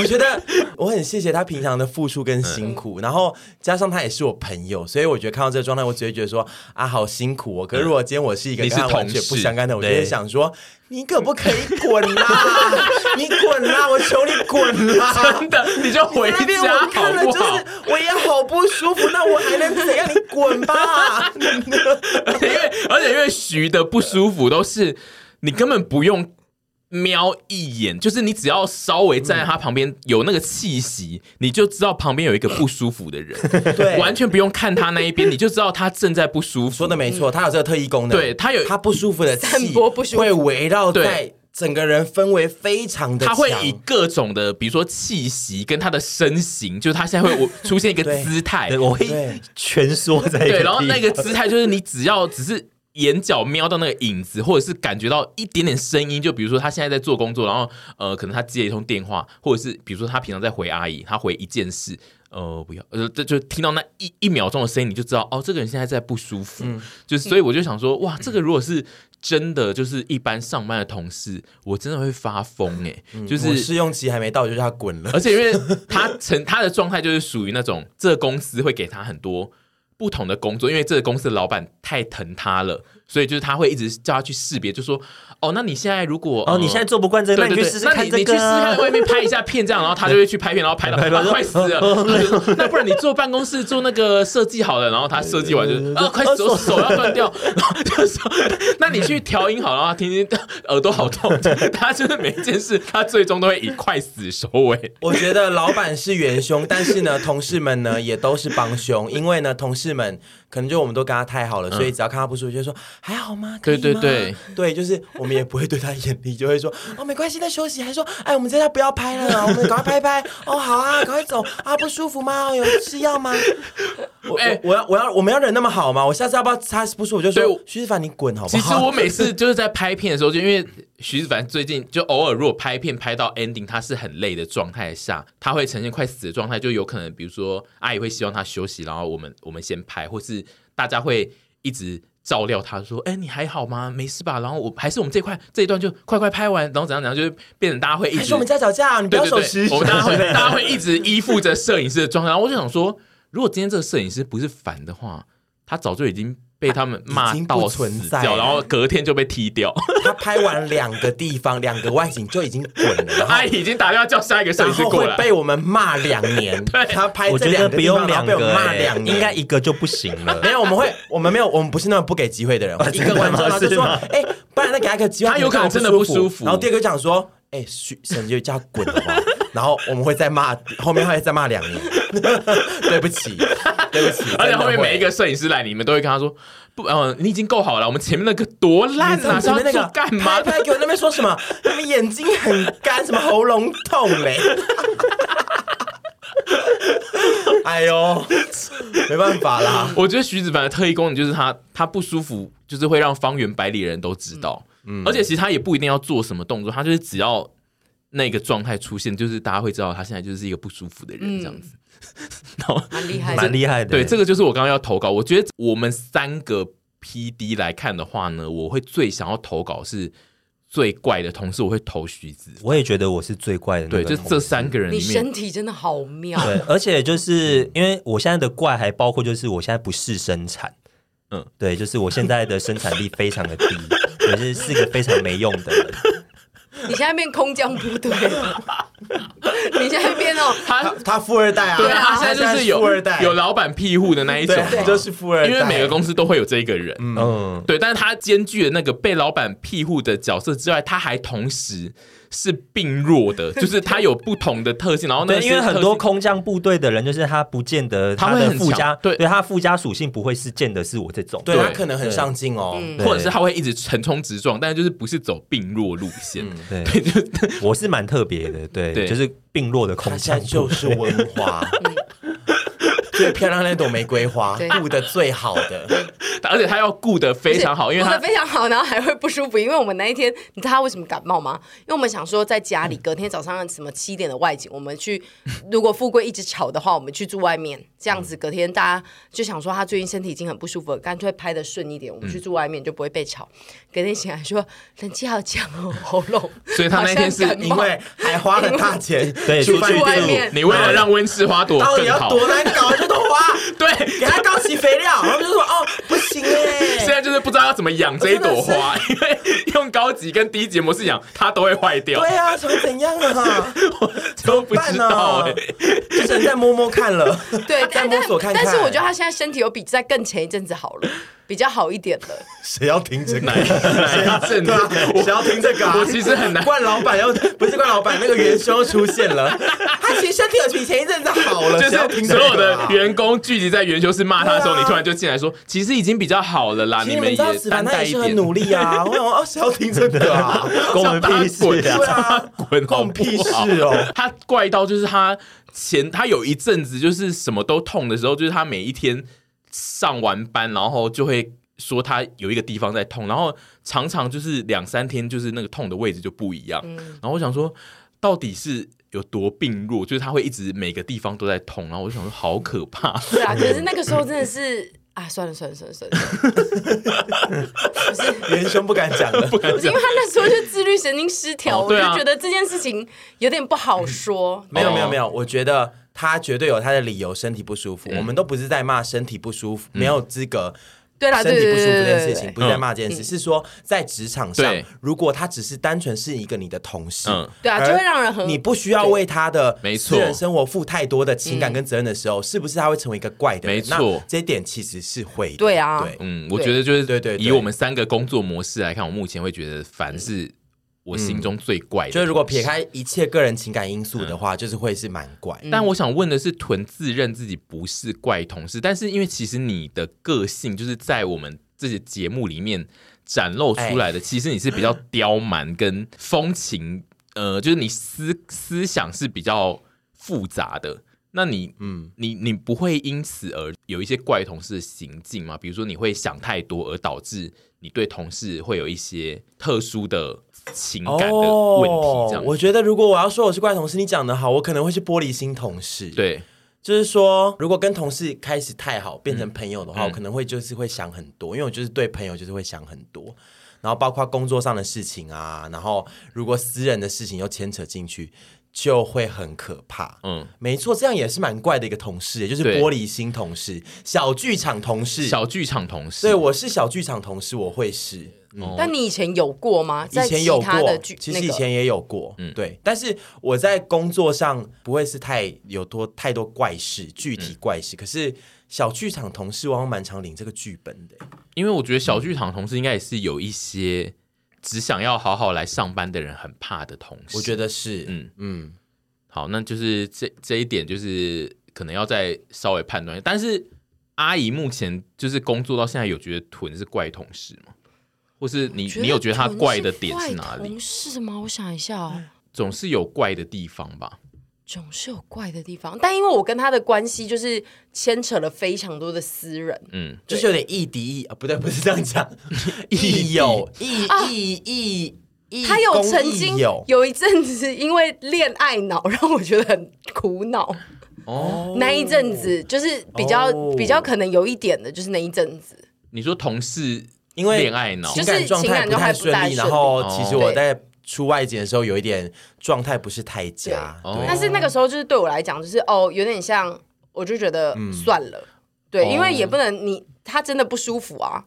A: 我觉得我很谢谢他平常的付出跟辛
C: 嗯
A: 苦，然后加上他也是我朋友，所以我觉得看到这个状态，我只会觉得说啊，好辛苦哦。可是如果今天我是一个
C: 你
A: 跟
C: 是
A: 他完
C: 同
A: 全不
C: 事
A: 相干的，我就会
D: 对
A: 想说，你可不可以滚啦、你滚啦、我求你滚啦、
C: 真的，你就 回
A: 那边
C: 家
A: 我
C: 好
A: 看了
C: 不
A: 就是
C: 好？
A: 我也好不舒服，那我还能怎样？你滚 吧！
C: 而且因为哎而且因为徐的不舒服都是你根本不用瞄一眼，就是你只要稍微站在他旁边有那个气息，你就知道旁边有一个不舒服的人，
A: 对
C: 完全不用看他那一边，你就知道他正在不舒服。
A: 说的没错，他有这个特异功能，
C: 嗯对他有
A: 他不舒服的
B: 散
A: 气
B: 播不舒服
A: 会围绕在
C: 对
A: 整个人氛围非常的
C: 他
A: 强，
C: 会以各种的，比如说气息跟他的身形，就是他现在会出现一个
A: 对
C: 姿态
D: 对，，我会
A: 对
D: 蜷缩在一个
C: 哎对，然后那个
D: 地方
C: 姿态就是你只要只是眼角瞄到那个影子，或者是感觉到一点点声音，就比如说他现在在做工作，然后呃，可能他接了一通电话，或者是比如说他平常在回阿姨，他回一件事。呃，不要，呃，这就听到那一一秒钟的声音，你就知道哦，这个人现在在不舒服。就是，所以我就想说，哇，这个如果是真的，就是一般上班的同事，我真的会发疯哎、就
A: 我
C: 嗯是
A: 试用期还没到，我就叫他滚了。
C: 而且因为他成他的状态就是属于那种，这个公司会给他很多不同的工作，因为这个公司的老板太疼他了，所以就是他会一直叫他去识别，就说哦，那你现在如果
D: 哦，你现在。做不惯这
C: 呃对
D: 个，那你
C: 对
D: 去
C: 对，
D: 试试
C: 那
D: 看
C: 你
D: 这
C: 你去
D: 个
C: 试试
D: 啊
C: 看。外面拍一下片这样，然后他就会 去拍片，然后拍到哇快死了。那那不然你坐办公室做那个设计好了，然后他设计完就是啊快死了，手要断掉， 然后就说那你去调音好了，然后听听 耳朵好痛。他就是每一件事，他最终都会以快死收尾。
A: 我觉得老板是元凶，但是呢，同事们呢也都是帮凶，因为呢，同事们可能就我们都跟他太好了，所以只要看他不舒服，就说还好吗？可以吗
C: 嗯对对对
A: 对，就是我们也不会对他严厉，就会说哦没关系，在休息，还说哎我们这下不要拍了，我们赶快拍一拍哦好啊，赶快走啊，不舒服吗？有吃药 吗？我
C: 哎
A: 我我要我要我们要人那么好吗？我下次要不要他不舒服我就
C: 对
A: 说
C: 我
A: 徐子凡你滚好不
C: 其
A: 好？
C: 实我每次就是在拍片的时候，就因为徐子凡最近就偶尔如果拍片拍到 ending，他是很累的状态下，他会呈现快死的状态，就有可能比如说阿姨会希望他休息，然后我们我们先拍，或是大家会一直。照料他说：“哎、你还好吗？没事吧？”然后我还是我们这块这一段就快快拍完，然后怎样怎样，就是变成大家会一
A: 还
C: 直
A: 是我们家吵架，你不
C: 对
A: 要
C: 对
A: 手
C: 对，
A: 持。
C: 我们大 家会大家会一直依附着摄影师的状态。然后我就想说，如果今天这个摄影师不是烦的话，他早就已经被他们骂
A: 已经
C: 到
A: 不
C: 死
A: 存在
C: 掉，
A: 了
C: 然后隔天就被踢 掉。
A: 他拍完两个地方，两个外景就已经滚了，然后
C: 阿姨已经打电话叫下一个摄
A: 然
C: 影师
A: 后
C: 过
A: 会
C: 来。
A: 被我们骂两 年。他拍
D: 我
A: 这
D: 觉
A: 两
D: 得
A: 个
D: 不
A: 地方
D: 用
A: 然
D: 两
A: 后被我
D: 个
A: 们骂
D: 欸，
A: 两年，
D: 应该一个就不行了。
A: 没有，我们会，我们没有，我们不是那种不给机会 的人。一个完之后他就说：“哎，不然再给他一个机会。”
C: 他有可能真的不舒服
A: 然后第二个就讲说：“哎，许沈就叫他滚好不 好？”然后我们会再骂，后面会再骂两年。 对不起，对不起。
C: 而且后
A: 真的
C: 面
A: 会
C: 每一个摄影师来，你们都会跟他说：“不，呃，你已经够好了，我们前面那个多烂
A: 你知道
C: 啊，是
A: 前
C: 要
A: 面那
C: 做
A: 个
C: 干嘛
A: 拍？”拍给我那边说什么？ 你们眼睛很干，什么喉咙痛欸嘞？哎呦，没办法啦。
C: 我觉得徐子凡的特异功能就是他他不舒服，就是会让方圆百里人都知道。
A: 嗯
C: 而且其实他也不一定要做什么动作，他就是只要那个状态出现，就是大家会知道他现在就是一个不舒服的人
B: 嗯
C: 这样子。然后
B: 蛮厉害的，
D: 蛮厉害的。
C: 对，这个就是我刚刚要投稿。我觉得我们三个 P D 来看的话呢，我会最想要投稿是最怪的同事，我会投徐子。
D: 我也觉得我是最怪的那
C: 对，
D: 个
C: 就
D: 同事。
C: 这三个人
B: 你
C: 里面
B: 身，体真的好妙，
D: 对， 而且就是因为我现在的怪还包括就是我现在不是生产，嗯
C: 嗯，
D: 对，就是我现在的生产力非常的低， 我是是一个非常没用的人。
B: 你现在变空降部队了，你现在变哦那种
C: 他
A: 他富二代啊，
C: 对啊，
B: 啊
C: 他现在就是有
A: 富二代，
C: 有老板庇护的那一种啊，
A: 对，就是富二代，
C: 因为每个公司都会有这一个人，
D: 嗯，
C: 对，但是他兼具了那个被老板庇护的角色之外，他还同时是病弱的，就是他有不同的特性，然后那
D: 对，因为
C: 些特
D: 很多
C: 性
D: 空降部队的人，就是他不见得
C: 他会
D: 的
C: 很
D: 附加，
C: 强对
D: 对他的附加属性不会是见得是我这种，
A: 对
C: 对
A: 他可能很上进哦，
B: 嗯
C: 或者是他会一直横冲直撞，但是就是不是走病弱路线，
D: 对，
C: 对，就
D: 我是蛮特别的，对，
C: 对
D: 就是病弱的空
A: 他现
D: 降
A: 在
D: 部
A: 就
D: 队
A: 是文花，最漂亮那朵玫瑰花
B: 对，
A: 顾的最好的，
C: 而且他要顾得非常好，因为
B: 顾
C: 他
B: 得非常好，然后还会不舒服。因为我们那一天，你知道他为什么感冒吗？因为我们想说在家里，隔天早上什么七点的外景，我们去，如果富贵一直吵的话，我们去住外面，这样子隔天大家就想说他最近身体已经很不舒服了，干脆拍的顺一点，我们去住外面就不会被吵。隔天醒来说冷气好强哦，喉咙，
C: 所以他那天是
B: 好像感
A: 因
B: 冒
A: 为还花了大钱
D: 对
A: 去
D: 出
A: 饭
D: 去
B: 外
A: 店，
B: 面
C: 你为了让温室花朵
A: 到底
C: 更
A: 要
C: 好，
A: 多难搞这朵花？
C: 对，
A: 给他高级肥料，他们就说哦不行
C: 现
A: 哎，
C: 在就是不知道要怎么养这一朵花，因为用高级跟低级模式养，它都会坏掉，
A: 对啊，想怎样 啊？
C: 都不
A: 怎
C: 知道、
A: 么办
C: 欸
A: 呢。就只能再摸摸看了。
B: 对，
A: 再
B: 但
A: 摸
B: 但
A: 索看看。
B: 但是我觉得他现在身体有比在更前一阵子好了，比较好一点了。
A: 谁要听这个？
C: 哪一哪一阵子
A: 对啊，谁要听这个啊？
C: 我其实很难
A: 冠老板要不是冠老板，那个元凶出现了。 他其实身体有比前一阵子好了，
C: 就
A: 谁要听
C: 是
A: 这
C: 所
A: 个啊
C: 有的员工聚集在元修室骂他的时
A: 对
C: 候，
A: 啊
C: 你突然就进来说，其实已经比较好了啦，
A: 其实
C: 们
A: 知道
C: 也
A: 死
C: 担
A: 板他
C: 待
A: 也
C: 一
A: 是很
C: 点，
A: 努力啊。我想说，哦，谁要听这个 啊？
D: 关我们屁事
A: 对
D: 啊！
A: 啊，
C: 滚
A: 关我们屁事
C: 哦！
A: 哦。
C: 他怪到就是他前他有一阵子就是什么都痛的时候，就是他每一天上完班，然后就会说他有一个地方在痛，然后常常就是两三天就是那个痛的位置就不一样，
A: 嗯
C: 然后我想说到底是。有多病弱，就是他会一直每个地方都在痛，然后我就想说好可怕，
B: 对啊，可是那个时候真的是啊，算了算了算了算了，
A: 元凶不敢讲了，
C: 不敢
B: 不是因为他那时候就自律神经失调，
C: 哦对啊
B: 我就觉得这件事情有点不好说。
A: 没
C: 哦
A: 有没有没有，我觉得他绝对有他的理由，身体不舒
C: 嗯
A: 服。我们都不是在骂身体不舒服，没有资格。
B: 对啦，
A: 身
B: 对
A: 体
B: 对
A: 不舒服
B: 对
A: 这件
B: 对嗯
A: 事
B: 对
A: 情，
B: 对。
A: 不是在骂这件事，是说在职场上
C: 对，
A: 如果他只是单纯是一个你的同事
C: 嗯，
B: 对啊
A: 而
B: 就会让人很
A: 你不需要为他的
C: 没错
A: 私人生活负太多的情感跟责任的
B: 嗯
A: 时候，是不是他会成为一个怪的人？
C: 没错
A: 那这一点其实是会的，
B: 对啊
A: 对，
C: 嗯，我
B: 对
C: 觉得就是
A: 对对对
C: 以我们三个工作模式来看，我目前会觉得凡是我心中最怪的、
A: 嗯就是如果撇，开一切个人情感因素的话，就是会是蛮怪。
C: 但我想问的是，屯自认自己不是怪同事，但是因为其实你的个性就是在我们这些节目里面展露
A: 哎
C: 出来的，其实你是 比较刁蛮跟风情，呃，就是你思思想是比较复杂的。那你，嗯，你你不会因此而有一些怪同事的行径吗？比如说你会想太多，而导致你对同事会有一些特殊的情感的问题，这样、
A: 哦我觉得如果我要说我是怪同事，你讲的好，我可能会是玻璃心同事。。
C: 对，
A: 就是说，如果跟同事开始太好，变成朋友的话，
C: 嗯
A: 我可能会就是会想很多，因为我就是对朋友就是会想很多，然后包括工作上的事情啊，然后如果私人的事情又牵扯进去，就会很可怕。
C: 嗯，
A: 没错，这样也是蛮怪的一个同事，也就是
C: 对
A: 玻璃心同事、小剧场同事。
C: 小剧场同事，
A: 对，我是小剧场同事，我会是。嗯
C: 哦
B: 但你以前有过吗？在
A: 以前有
B: 其他
A: 过
B: 的，剧，
A: 其
B: 那
A: 实
B: 个
A: 以前也有过，
C: 嗯
A: 对。但是我在工作上不会是太有多太多怪事，具
C: 嗯
A: 体怪事。可是小剧场同事往往蛮常领这个剧本的，
C: 因为我觉得小剧场同事应该也是有一些只想要好好来上班的人很怕的同事。
A: 我
C: 得
A: 觉得是，嗯
C: 嗯
A: 嗯，
C: 好，那就是这这一点就是可能要再稍微判断。但是阿姨目前就是工作到现在，有觉得屯是怪同事吗？或是你你有觉得他怪的点是哪
B: 同
C: 里？
B: 事吗？我想一下哦。
C: 总是有怪的地方吧？
B: 总是有怪的地方，但因为我跟他的关系就是牵扯了非常多的私人，
C: 嗯，
A: 就是有点亦敌亦啊，不对，不是这样 讲，亦友亦亦亦亦，
B: 啊他有
A: 公
B: 曾
A: 亦
B: 经
A: 友
B: 有一阵子因为恋爱脑让我觉得很苦恼，
C: 哦，
B: 那一阵子就是比较、
A: 哦
B: 比较可能有一点的，就是那一阵子，
C: 你说同事
A: 因为
C: 恋爱脑
A: 情感状态不太顺利，
B: 就是情感状态不太顺利
A: 然后其实我
B: 哦
A: 在出外景的时候有一点状态不是太佳，
C: 对
A: 对
C: 哦
B: 但是那个时候就是对我来讲，就是哦，有点像，我就觉得算了，对，
C: 哦
B: 因为也不能你他真的不舒服啊，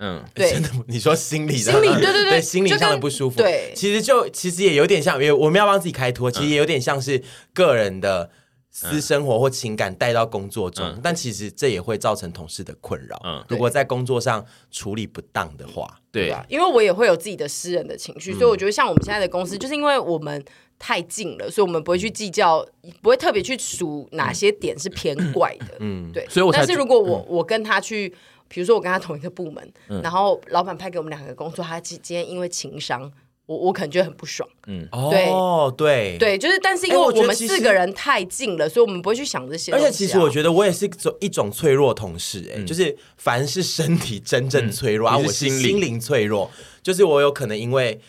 C: 嗯，
B: 对
A: 真的吗，你说心理的，
B: 心理对对对
A: 心理
B: 就
A: 上的
B: 跟
A: 不舒服，
B: 对
A: 其实就其实也有点像，因为我们要帮自己开脱，
C: 嗯
A: 其实也有点像是个人的私生活或情感带到工作中，
C: 嗯
A: 但其实这也会造成同事的困扰，
C: 嗯
A: 如果在工作上处理不当的话，
C: 对，
B: 吧因为我也会有自己的私人的情绪，
A: 嗯
B: 所以我觉得像我们现在的公司，就是因为我们太近了，所以我们不会去计较，不会特别去数哪些点是偏怪的。嗯，对。
C: 所以我才
B: 但是如果
A: 嗯
B: 我、我跟他去。比如说我跟他同一个部门，然后老板派给我们两个工作，他今今天因为情商，我我可能觉得很不爽。
A: 哦，对。
B: 对，就是但是因
A: 嗯
B: 为
A: 哎我觉得
B: 我们
A: 其实
B: 四个人太近了，所以我们不会去想这些东
A: 而
B: 西啊、
A: 且其实我觉得我也是一种一种脆弱同事、哎、就是凡是身体真正脆弱，啊，
C: 嗯你
A: 我
C: 是
A: 是
C: 心灵
A: 心灵脆弱，就是我有可能因为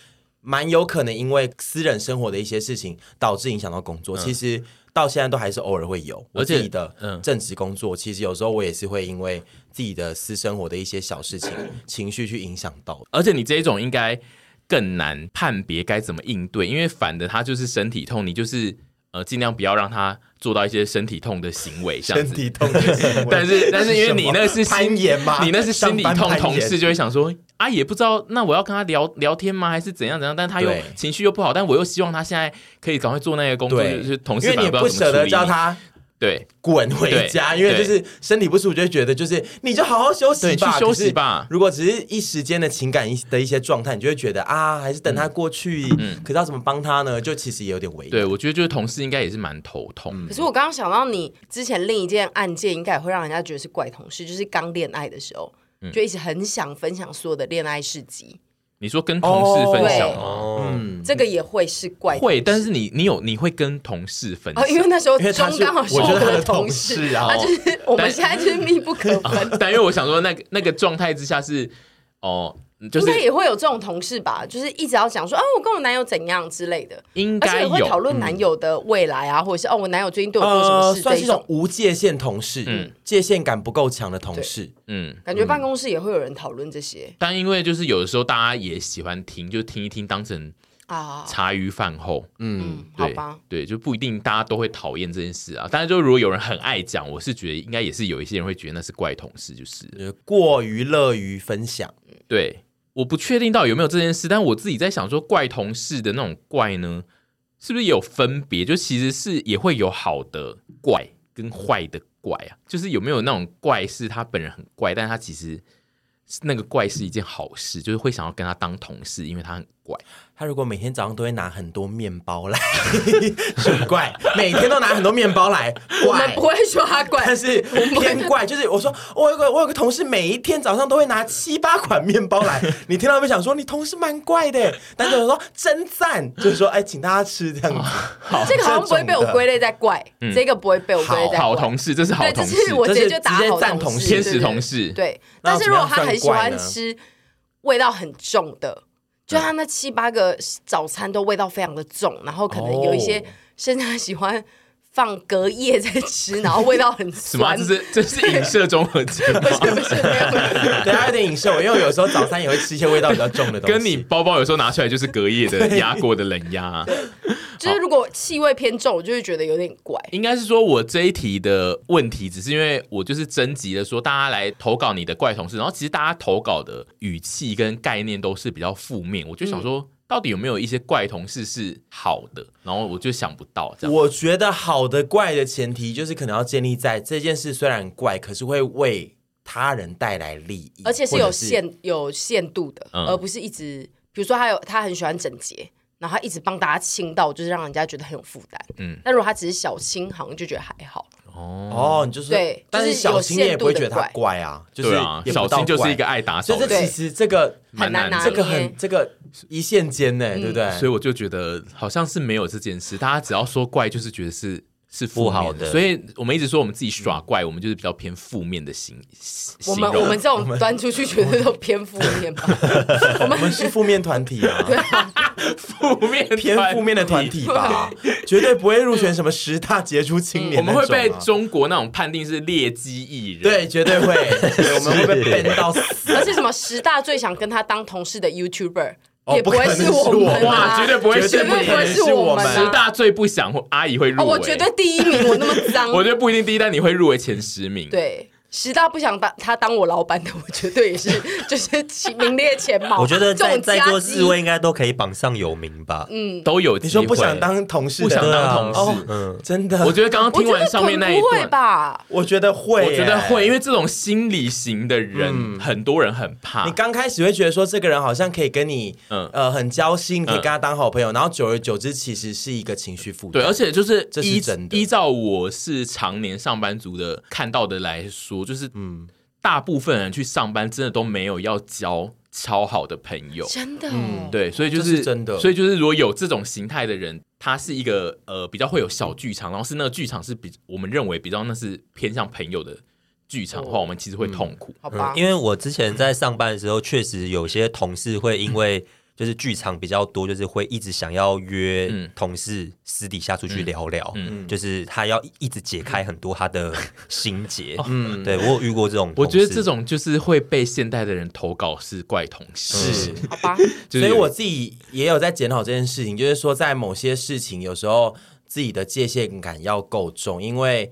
A: 蛮有可能因为私人生活的一些事情导致影响到工作，其实到现在都还是偶尔会有。我
C: 嗯而且
A: 自己的
C: 嗯
A: 正职工作，其实有时候我也是会因为自己的私生活的一些小事情情绪去影响到。
C: 而且你这一种应该更难判别该怎么应对，因为反的他就是身体痛，你就是呃尽量不要让他做到一些身体痛的行为，这样
A: 身
C: 子。
A: 体痛的行为
C: 但 是但是因为你那个
A: 什
C: 是
A: 么攀岩嘛，
C: 你那是心理
A: 上班
C: 痛，
A: 攀
C: 同
A: 岩
C: 事就会想说啊，也不知道那我要跟他聊聊天吗，还是怎样怎样？但他又
A: 对
C: 情绪又不好，但我又希望他现在可以赶快做那个工作，
A: 对，
C: 就是同
A: 因
C: 事
A: 为
C: 反
A: 你
C: 而
A: 也
C: 知道
A: 不
C: 怎么
A: 舍
C: 处
A: 得
C: 理
A: 叫
C: 你
A: 他。哎
C: 对
A: 滚回家，
C: 对
A: 因为就是身体不舒服，就会觉得就是你就好好休息
C: 对去
A: 吧，
C: 休息
A: 可是
C: 吧，
A: 如果只是一时间的情感一的一些状态，你就会觉得啊，还是等他过去，可是要怎么帮他呢？就其实也有点为难。
C: 嗯对，我觉得就是同事应该也是蛮头痛
A: 嗯
B: 可。是我刚刚想到，你之前另一件案件应该也会让人家觉得是怪同事，就是刚恋爱的时候，
C: 嗯
B: 就一直很想分享所有的恋爱事迹，
C: 你说跟同事分享吗？
D: 哦，
A: 嗯，
B: 这个也会是怪同事
C: 会，但是你你有你会跟同事分享
B: 哦，，因为那时候
A: 因为他
B: 钟
A: 是
B: 刚好
A: 我觉得
B: 我
A: 他的
B: 同
A: 同事啊
B: 他就是我们
C: 但哦
B: 现在就是密不 可分，
C: 但因为我想说那个那个状态之下是哦，就
B: 应
C: 是
B: 该也会有这种同事吧，就是一直要讲说，哦，我跟我男友怎样之类的，
C: 应
B: 而且
C: 该
B: 也会讨
C: 有。
B: 论男友的未来啊，或者是哦，我男友最近对我做什么
A: 呃，
B: 事
A: 算
B: 这
A: 是
B: 一
A: 一
B: 种
A: 种。无界限同事，
C: 嗯
A: 界限感不够强的同事，
C: 嗯，
B: 感觉办公室也会有人讨论这些
C: 但因为就是有的时候大家也喜欢听，就听一听当成
B: 啊，
C: 茶余饭后。
A: 嗯，
B: 嗯，好
C: 对
B: 吧，
C: 对，就不一定大家都会讨厌这件事啊。但是就如果有人很爱讲，我是觉得应该也是有一些人会觉得那是怪同事，就是了
A: 呃过于乐于分享，
C: 对。我不确定到底有没有这件事，但我自己在想说，怪同事的那种怪呢，是不是也有分别？就其实是也会有好的怪跟坏的怪啊，就是有没有那种怪是他本人很怪，但他其实是那个怪是一件好事，就是会想要跟他当同事，因为他很怪。
A: 他如果每天早上都会拿很多面包来， 是很怪，每天都拿很多面包来，
B: 我们
A: 怪
B: 不。会说他怪，
A: 但是偏 怪，就是我说我有个我有个同事，每一天早上都会拿七八款面包 来，你听到没？想说你同事蛮怪的，但是我说真赞，就是说哎，请大家吃这样子。好，
B: 这个 好像不会被我归类在怪，这个不会被我归类在
C: 好
B: 怪。
C: 同事，这是好
B: 对，
C: 同
B: 这
C: 事，
B: 是我直接
A: 这是
B: 就打
A: 直接
B: 好
A: 赞同事
B: 事，
C: 天
B: 对对
C: 使同事。
B: 对。
A: 那
B: 但
A: 要
B: 是如果他
A: 怎么样
B: 很喜
A: 算怪
B: 欢
A: 呢嗯
B: 吃味道很重的，就他那七八个早餐都味道非常的重，然后可能有一些
A: 哦
B: 甚至他喜欢放隔夜在吃，然后味道很
C: 什么啊？啊
B: 酸
C: 这。是这是影射综合节 目，
B: 不是不是没有没有
A: 对，他有点影射我，因为我有时候早餐也会吃一些味道比较重的东西。
C: 跟你包包有时候拿出来就是隔夜的压过的冷压。啊
B: 就是如果气味偏重，我就会觉得有点怪。
C: 应该是说我这一题的问题，只是因为我就是征集了说大家来投稿你的怪同事，然后其实大家投稿的语气跟概念都是比较负面，我就
A: 嗯
C: 想说。到底有没有一些怪同事是好的？然后我就想不到这样。
A: 我觉得好的怪的前提就是可能要建立在这件事虽然怪，可是会为他人带来利益，
B: 而且是
A: 或者
B: 有限有限度的，
C: 嗯
B: 而不是一直，比如说他有他很喜欢整洁，然后他一直帮大家清到，就是让人家觉得很有负担。
C: 嗯
B: 嗯，但如果他只是小清，好像就觉得还好。
A: 哦，你就是
B: 对
A: 但是
B: 就是
A: 小
B: 有
A: 新你也
B: 限
A: 不
B: 度
A: 会
B: 的
A: 觉得他
B: 怪
A: 怪啊，就是
C: 对啊，
A: 也不
C: 小
A: 到
C: 新就是
A: 怪
C: 一个爱打
A: 所
C: 扫
A: 以
C: 的
A: 这其
C: 人，
A: 实这个
C: 啊蛮
B: 很
C: 难
B: 难
C: 的嗯
B: 拿
A: 这个
B: 捏
A: 很这个一线间呢，对不对？
C: 所以我就觉得好像是没有这件事，大家只要说怪，就是觉得是是负面
D: 不好的
C: 所以我们一直说我们自己耍怪，我们就是比较偏负面的形
B: 我
C: 形
B: 们
C: 容。
B: 我们这种端出去绝对都偏负面吧。我
A: 我们
B: 们
A: 是负面团体 啊，
C: 负面
A: 偏负面的团，体 吧，绝对不会入选什么十大杰出青年
C: 嗯我
A: 那种啊。
C: 们会被中国那种判定是劣迹艺人。
A: 对，绝 对会，对我们会被编到死。
B: 而且什么十大最想跟他当同事的 YouTuber，、
A: 哦
B: 也
A: 不
B: 会
A: 可能
B: 是
A: 是
B: 我
A: 我
B: 们、啊，
C: 哇绝对不会
B: 绝
C: 是
B: 对
C: 你
B: 不会是
A: 是我
B: 我们、
A: 们
B: 啊。
C: 十大最不想阿姨会入
B: 哦，
C: 围，
B: 我绝对第一名，我那么脏，
C: 我觉得不一定第一，但你会入围前十名。
B: 对。十大不想当他当我老板的，我绝对也是 就是其名列前茅。
D: 我觉得在
B: 这种
D: 在
B: 夹
D: 座
B: 击
D: 四位应该都可以榜上有名吧？
C: 都有机
A: 你
C: 会。
A: 说不想当同事的，
C: 不想
D: 对啊
C: 当同事，嗯
A: 哦，真的，
C: 我觉得刚刚
B: 我
C: 听
B: 觉得
C: 完上面那一
B: 可能不会
C: 段，
B: 吧？
A: 我觉得会耶，
C: 我觉得会，因为这种心理型的人，
A: 欸嗯
C: 很多人很怕
A: 你。刚开始会觉得说这个人好像可以跟你，
C: 嗯
A: 呃，很交心，你可以跟他当好朋友，然后久而久之，其实是一个情绪负担。
C: 对，而且就是
A: 这是
C: 依
A: 真的
C: 依照我是常年上班族的看到的来说，就是嗯，大部分人去上班真的都没有要交超好的朋友，
B: 真的哦，
C: 对，所以就
A: 这
C: 是
A: 是真的
C: 所以就是如果有这种形态的人，他是一个呃比较会有小剧场，然后是那个剧场是比我们认为比较那是偏向朋友的剧场
A: 哦
C: 的话，我们其实
A: 嗯
C: 会痛苦。
B: 好吧，
D: 因为我之前在上班的时候，确实有些同事会因为就是剧场比较多，就是会一直想要约
C: 嗯
D: 同事私底下出去聊聊，
C: 嗯
D: 就是他要一直解开很多他的心结。嗯， 对我有遇过这种同
C: 哦
D: 事，
C: 我觉得这种就是会被现代的人投稿是怪同事，
A: 是，
B: 好吧，
C: 就
A: 所
C: 是
A: 以我自己也有在检讨这件事情，就是说在某些事情，有时候自己的界限感要够重，因为。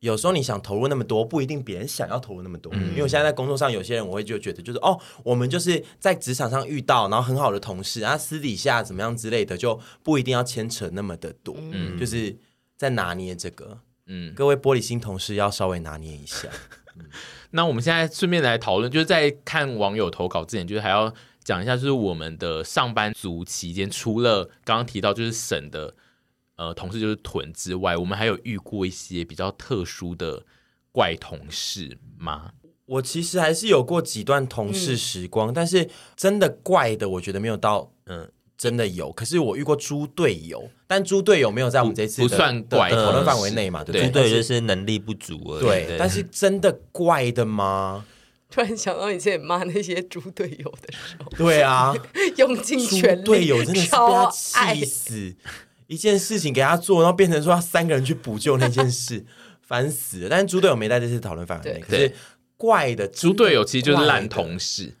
A: 有时候你想投入那么多，不一定别人想要投入那么多。
C: 嗯
A: 因为我现在在工作上，有些人我会就觉得就是哦，我们就是在职场上遇到，然后很好的同事，然后私底下怎么样之类的，就不一定要牵扯那么的多。嗯，就是在拿捏这个。
C: 嗯。
A: 各位玻璃心同事要稍微拿捏一下。
C: 那我们现在顺便来讨论，就是在看网友投稿之前，就是还要讲一下，就是我们的上班族期间，除了刚刚提到就是省的呃同事就是屯之外，我们还有遇过一些比较特殊的怪同事吗？
A: 我其实还是有过几段同
B: 嗯
A: 事时光，但是真的怪的，我觉得没有到嗯。真的有，可是我遇过猪队友，但猪队友没有在我们这次的
C: 不不算
A: 的
C: 怪
A: 的讨论
D: 嗯
A: 范围内嘛，对不
D: 猪
A: 对？
D: 队友就是能力不足而已。
A: 对，但是真的怪的吗？
B: 突然想到以前骂那些猪队友的时候，
A: 对啊，
B: 用尽
A: 猪
B: 全力，
A: 队友真的是被他
B: 超爱
A: 气死，一件事情给他做，然后变成说要三个人去补救那件事，烦死了。但是猪队友没在这次讨论范围内，
B: 对
A: 可是怪的
C: 猪队友其实就是
A: 真的怪
C: 烂，
A: 的
C: 同事，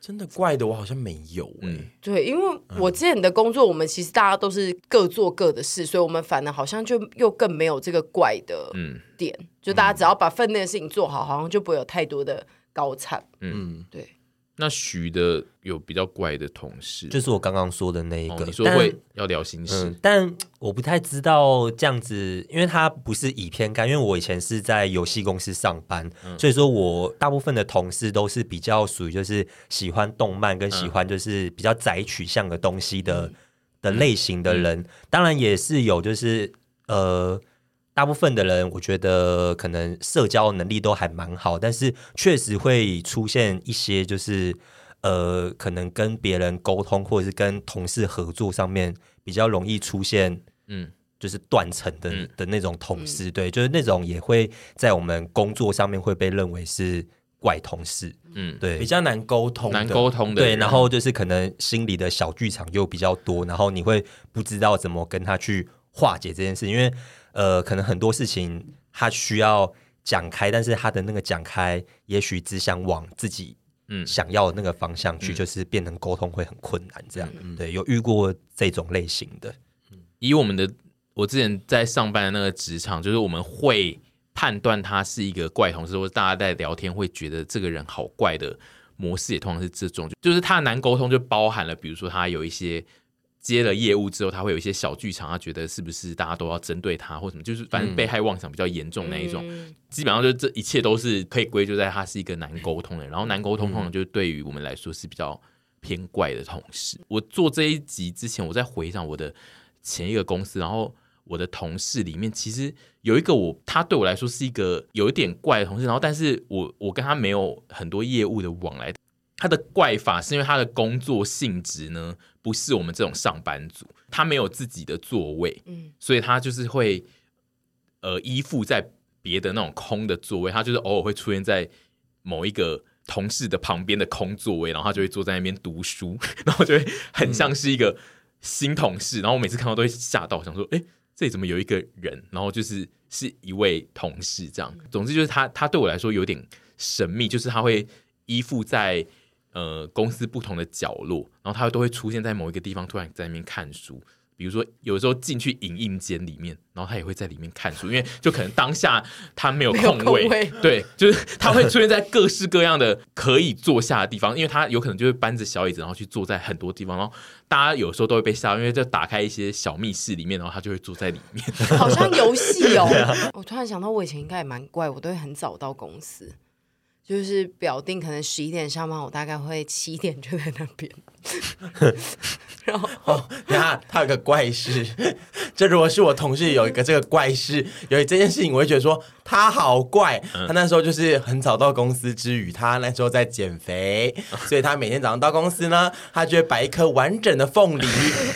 A: 真的怪的我好像没有哎、
C: 嗯
B: 对，因为我之前的工作，我们其实大家都是各做各的事，所以我们反而好像就又更没有这个怪的
C: 嗯
B: 点，就大家只要把分内的事情做好，好像就不会有太多的高产。
A: 嗯，
B: 对，
C: 那徐的有比较怪的同事，
D: 就是我刚刚说的那一
C: 哦
D: 个，
C: 你说
D: 但
C: 会要聊心事
D: 嗯，，但我不太知道这样子，因为他不是以偏概，因为我以前是在游戏公司上班，所以说我大部分的同事都是比较属于就是喜欢动漫跟喜欢就是比较宅取向的东西的、的类型的人，当然也是有就是呃。大部分的人，我觉得可能社交能力都还蛮好，但是确实会出现一些就是呃，可能跟别人沟通或者是跟同事合作上面比较容易出现
C: 嗯
D: 就是断层的、
C: 嗯
D: 的那种同事，对，就是那种也会在我们工作上面会被认为是怪同事，
C: 嗯，
D: 对
A: 比。较难沟通的，
C: 难沟通的
D: 对，
C: 人，
D: 然后就是可能心里的小剧场又比较多，然后你会不知道怎么跟他去化解这件事，因为呃，可能很多事情他需要讲开，但是他的那个讲开，也许只想往自己
C: 嗯
D: 想要的那个方向去，就是变成沟通会很困难。这样，对，有遇过这种类型的，
C: 以我们的我之前在上班的那个职场，就是我们会判断他是一个怪同事，或者大家在聊天会觉得这个人好怪的模式，也通常是这种，就是他的难沟通就包含了，比如说他有一些。接了业务之后，他会有一些小剧场，他觉得是不是大家都要针对他或什么，就是反正被害妄想比较严重那一
B: 嗯
C: 种。基本上就这一切都是可以归咎在他是一个难沟通的人，然后难沟通通常就是对于我们来说是比较偏怪的同事。我做这一集之前，我在回想我的前一个公司，然后我的同事里面，其实有一个我，他对我来说是一个有一点怪的同事，然后但是我我跟他没有很多业务的往来，他的怪法是因为他的工作性质呢，不是我们这种上班族，他没有自己的座位，
B: 嗯
C: 所以他就是会呃依附在别的那种空的座位，他就是偶尔会出现在某一个。同事的旁边的空座位，然后他就会坐在那边读书， 然后就会很像是一个新同事，然后我每次看到都会吓到，想说，哎、这里怎么有一个人？然后就是是一位同事这样。总之就是他，他对我来说有点神秘，就是他会依附在呃公司不同的角落，然后他都会出现在某一个地方，突然在那边看书。比如说有时候进去影印间里面，然后他也会在里面看书，因为就可能当下他没有
B: 没有
C: 空
B: 空
C: 位，
B: 位
C: 对，就是他会出现在各式各样的可以坐下的地方，因为他有可能就会搬着小椅子，然后去坐在很多地方，然后大家有时候都会被吓到，因为就打开一些小密室里面，然后他就会坐在里面。
B: 好像游戏哦。
C: 啊
B: 我突然想到，我以前应该也蛮怪，我都会很早到公司，就是表定可能十一点上班，我大概会七点就在那 边。然后
A: 哦，等一下他有个怪事， 这如果是我同事有一个这个怪事，有这件事情，我会觉得说他好怪。
C: 嗯
A: 他那时候就是很早到公司之余，他那时候在减 肥，所以他每天早上到公司呢，他就会摆一颗完整的 凤梨，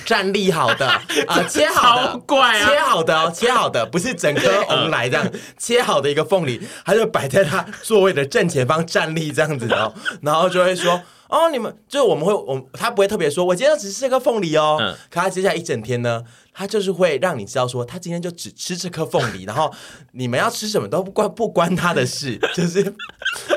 A: 站立好的啊、切好的，
C: 超怪啊
A: 切好的哦， 切好的，不是整
C: 嗯
A: 颗红来这样，切好的一个凤梨，他就摆在他座位的正前方站立这样子的 哦，然后就会说。哦，你们就我们会，我们他不会特别说，我今天就只吃这颗凤梨哦。
C: 嗯
A: 可他接下来一整天呢，他就是会让你知道说，他今天就只吃这颗凤 梨，然后你们要吃什么都不关不关他的事，就是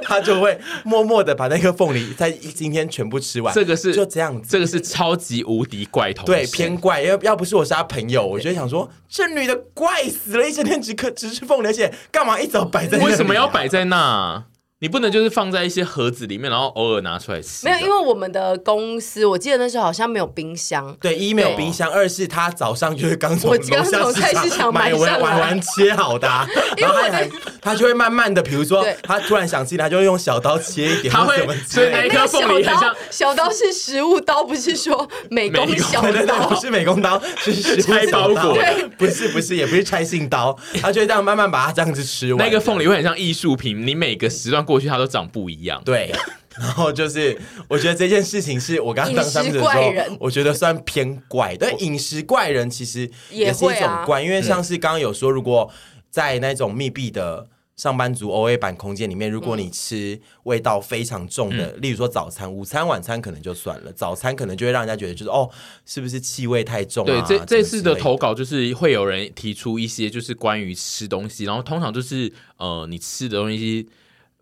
A: 他就会默默的把那颗凤梨在今天全部吃完。
C: 这个是
A: 就这样子，
C: 这个是超级无敌怪同事
A: 对偏怪，要要不是我是他朋友，我就想说这女的怪死了，一整天只可只吃凤梨，而且干嘛一早摆在那里啊、
C: 为什么要摆在那？你不能就是放在一些盒子里面，然后偶尔拿出来吃。
B: 没有，因为我们的公司，我记得那时候好像没有冰箱。
A: 对，一没有
B: 对
A: 冰箱，二是他早上就是刚从
B: 我
A: 楼下
B: 刚从菜市场买
A: 买
B: 上
A: 完
B: 来
A: 完完切好的啊、
B: 因
A: 然
B: 为
A: 后他
B: 我在
A: 还他就会慢慢的，比如说
B: 对
A: 他突然想吃，他就会用小刀切一点，
C: 他会
A: 或什么之
C: 所以那
A: 类
C: 一
A: 的。
B: 那
C: 颗
B: 个
C: 凤
B: 小
C: 梨很
B: 刀
C: 像，
B: 小刀是食物刀，不是说美工
C: 美工
B: 小
A: 对对对，
B: 刀
A: 不。是美工刀，是食物
C: 拆包
A: 刀
C: 裹
B: 对，
A: 不是不是，也不是拆信刀，他就会这样慢慢把它这样子吃完。
C: 那个凤梨会很像艺术品，你每个时段过去它都长不一样。
A: 对， 然后就是我觉得这件事情是我刚刚当上面的
B: 饮食怪
A: 时
B: 人
A: 候，我觉得算偏怪。对，饮食怪人其实
B: 也
A: 是一
B: 会
A: 种
B: 啊
A: 怪，因为像是刚刚有说，如果在那种密闭的。上班族 O A 版空间里面，如
B: 嗯
A: 果你吃味道非常重的，例如说早餐、午餐、晚餐可能就算了，早餐可能就会让人家觉得就是哦，是不是气味太重、啊？
C: 对，这这次的
A: 头。
C: 投稿就是会有人提出一些就是关于吃东西，然后通常就是呃，你吃的东西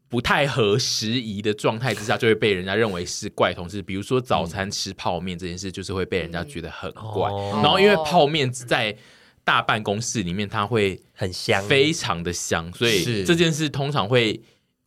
C: 不太合时宜的状态之下，就会被人家认为是怪同事。比如说早餐吃泡面这件事，就是会被人家觉得很怪。
D: 哦
C: 然后因为泡面在大办公室里面，它会
D: 很香，
C: 非常的香，所以
A: 是
C: 这件事通常会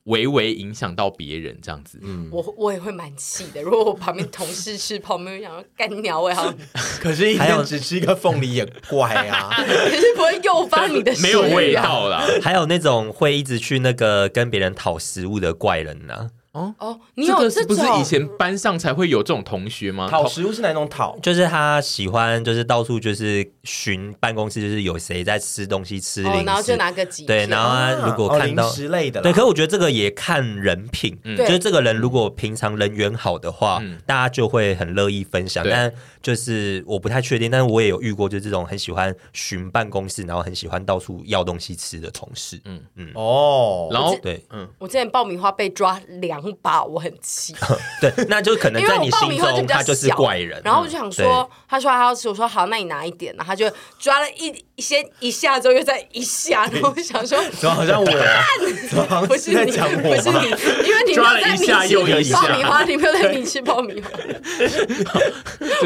C: 微微影响到别人这样子。
B: 我我也会蛮气的，如果我旁边同事吃泡面，我想说干鸟哎，好，
A: 可是，一
D: 还有
A: 天只吃一个凤梨也怪啊！
B: 可是不会诱发你的食欲啊
C: 没有味道啦，
D: 还有那种会一直去那个跟别人讨食物的怪人呐、啊
B: 哦。 你
C: 这
B: 有
C: 个
B: 这
C: 是不
B: 种
C: 是以前班上才会有这种同学吗？
A: 讨食物是哪种讨？
D: 就是他喜欢就是到处就是巡办公室，就是有谁在吃东西吃零食，
B: 哦，然后就拿个几
D: 对，
B: 片
D: 然后他
B: 啊
D: 如果
A: 哦
D: 看到、
A: 零食类的啦，
D: 对，可是我觉得这个也看人品，
C: 嗯
B: 对
D: 就是这个人如果平常人缘好的话，大家就会很乐意分享。
C: 对
D: 但就是我不太确定，但是我也有遇过，就是这种很喜欢巡办公室，然后很喜欢到处要东西吃的同事。嗯，
A: 哦，
C: 然后
D: 对
B: 我之前爆米花被抓两把，我很气，
D: 对，哦那就可能
B: 因为
D: 在
B: 我
D: 你
B: 爆
D: 心
B: 米花就
D: 中
B: 比较
D: 他就是
B: 小
D: 怪人。嗯
B: 然后我就想说，他说他要吃，我说好，那你拿一点，然后他就抓了一先一下之后又再一下，然后我想 说。
A: 怎么 好像我？怎么好
B: 不
A: 像
B: 是
A: 在
B: 你，
A: 讲
B: 不
A: 我
B: 是
A: 吗
B: 你？，因为你没
C: 抓
B: 有
C: 了
B: 在
C: 一下又
B: 你
C: 一
B: 吃
C: 下
B: 爆米花，你没有在你吃爆米花，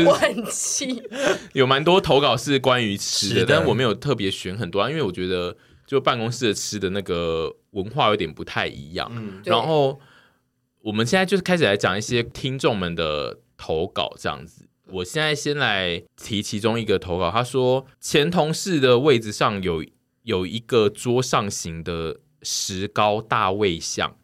B: 我很气。
C: 有蛮多投稿是关于吃的，
D: 是的
C: 但我没有特别选很多啊，因为我觉得就办公室的吃的那个文化有点不太一样。
B: 对
C: 然后我们现在就是开始来讲一些听众们的投稿，这样子。我现在先来提其中一个投稿，他说前同事的位置上有有一个桌上型的石膏大卫像，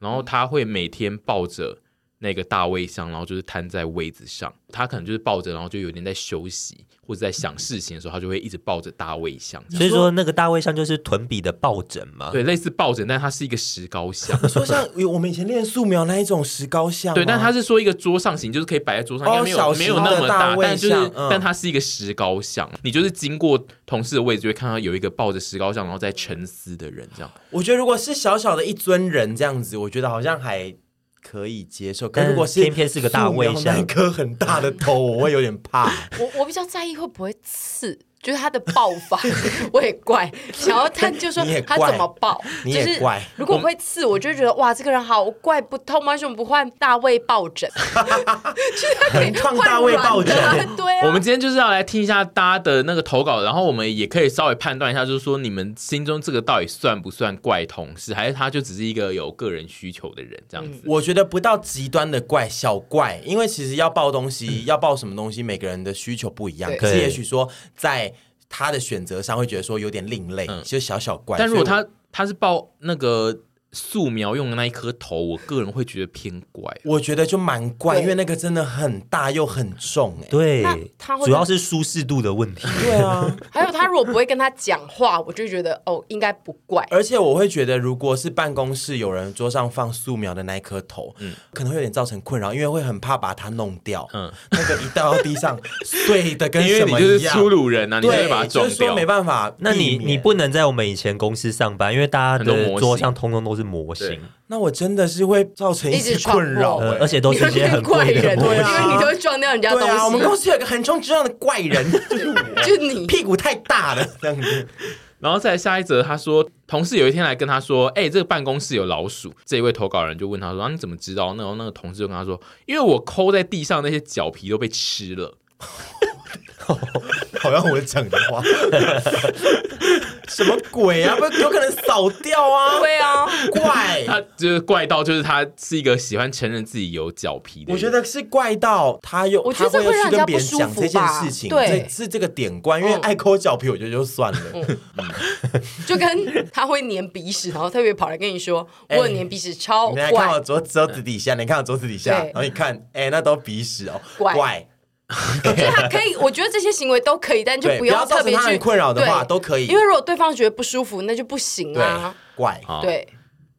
C: 然后他会每天抱着那个大卫像，然后就是瘫在位子上，他可能就是抱着，然后就有点在休息或者在想事情的时候，他就会一直抱着大卫像，
D: 所以说那个大卫像就是臀比的抱枕
A: 啊
D: 嘛。
C: 对，类似抱枕，但它是一个石 膏像。
A: 说像我们以前练素描那一种石膏像吗，
C: 对，但他是说一个桌上型，就是可以摆在桌上，应该
A: 哦
C: 没有
A: 小型
C: 没有那么大
A: 的大，卫
C: 但就是，
A: 像嗯
C: 但它是一个石膏像。你就是经过同事的位置，就会看到有一个抱着石膏像，然后在沉思的人，这样
A: 我觉得如果是小小的一尊人这样子，我觉得好像还可以接受。可
D: 但
A: 是
D: 是
A: 如果是
D: 偏偏是个大卫像
A: 素描那一颗很大的头， 我会有点怕。
B: 我我比较在意会不会刺，就是他的爆发， 我也怪。想要他就说
A: 你也
B: 他
A: 怪
B: 怎么爆，
A: 你也
B: 就是
A: 怪
B: 如果会刺，我就觉得哇，这个人好怪不 通，为什么不换大卫抱枕？就是他可以
A: 很抗
B: 换
A: 大卫
B: 软的啊
A: 抱枕
B: 对啊
C: 我们今天就是要来听一下大家的那个投稿，然后我们也可以稍微判断一下，就是说你们心中这个到底算不算怪同事，还是他就只是一个有个人需求的人这样子。
A: 我觉得不到极端的怪小怪，因为其实要报东西，要报什么东西，每个人的需求不一样。
B: 对
A: 可是也许说，在他的选择上会觉得说有点另类，
C: 嗯
A: 就小小怪。
C: 但如果
A: 所以我
C: 他他是报那个素描用的那一颗头，我个人会觉得偏怪。
A: 我觉得就蛮怪，
B: 对
A: 因为那个真的很大又很重哎、
D: 对
B: 那他，会
D: 主要是舒适度的问题。
A: 对啊，
B: 还有他如果不会跟他讲话，我就觉得哦，应该不怪。
A: 而且我会觉得，如果是办公室有人桌上放素描的那一颗头，可能会有点造成困扰，因为会很怕把它弄掉。
C: 嗯
A: 那个一掉到地上碎的跟
C: 因为
A: 什
C: 你
A: 么
C: 就是
A: 一样。
C: 粗鲁人啊，你就
A: 对，
C: 会把它撞
A: 就是说
C: 掉
A: 没。办法避
D: 那
A: 免。
D: 你你不能在我们以前公司上班，因为大家
C: 很多模
D: 的
C: 型
D: 桌上通通都是模型
C: 对，
A: 那我真的是会造成
B: 一
A: 些
B: 直闯祸欸
A: 困扰、
D: 呃
A: 哎，
D: 而且都是一些很贵的
B: 你
D: 模
B: 会
A: 对
B: 变怪人
D: 型。
A: 啊
B: 因为你都会撞掉人家东
A: 对
B: 西。
A: 啊，我们公司有一个横冲直撞的怪人， 就是
B: 就
A: 我，
B: 你
A: 屁股太大了这样子。
C: 然后再下一则，他说同事有一天来跟他说：“哎、这个办公室有老鼠。”这一位投稿人就问他说：“啊，你怎么知道？”然后那个同事就跟他说：“因为我抠在地上那些脚皮都被吃了。
A: 好像我讲的 话，什么鬼啊？不有可能扫掉啊？
B: 对啊，
A: 怪”，
C: 他就是怪到，就是他是一个喜欢承认自己有脚皮的人。
A: 我觉得是怪到他又，
B: 我觉得
A: 他
B: 会
A: 会去
B: 让人家
A: 跟别人
B: 不舒
A: 讲
B: 服
A: 这件
B: 吧
A: 事情，
B: 对
A: 这是这个典冠，因为
B: 嗯
A: 爱抠脚皮，我觉得就算了。
B: 就跟他会粘鼻屎，然后特别跑来跟你说，我有粘鼻屎超
A: 哎你来看我
B: 坏，
A: 桌桌子底下，你看我桌子底下，
B: 对
A: 然后你看，哎，那都鼻屎哦，
B: 怪
A: 怪。
B: 就是他可以，我觉得这些行为都可以，但就
A: 对，不
B: 要
A: 要
B: 特
A: 造成
B: 别
A: 他
B: 去
A: 人困扰的话，
B: 对
A: 都可以。
B: 因为如果对方觉得不舒服，那就不行
A: 对
B: 啊。
A: 怪，
C: 啊
B: 对，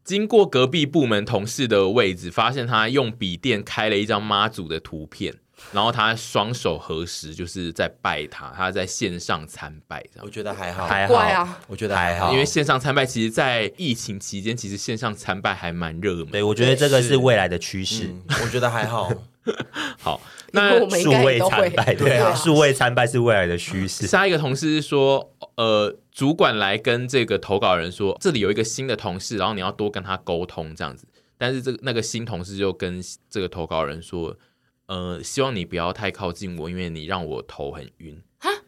C: 经过隔壁部门同事的位置，发现他用笔电开了一张妈祖的图片，然后他双手合十，就是在拜他，他在线上参拜这样
A: 我。觉得还好，
D: 还好
B: 怪啊，
A: 我觉得还好，
C: 因为线上参拜，其实，在疫情期间，其实线上参拜还蛮热门。
D: 对，我觉得这个
A: 是
D: 是未来的趋势。
A: 嗯，我觉得还好。
C: 好，
B: 因为我
C: 那
B: 们应
D: 数
B: 该
D: 位
B: 也都会
D: 参。 拜，
A: 对啊
D: 数位参拜是未来的 趋势。
C: 下一个同事是说，呃，主管来跟这个投稿人说，这里有一个新的同事，然后你要多跟他沟通这样子。但是这个那个新同事就跟这个投稿人说，呃，希望你不要太靠近我，因为你让我头很晕。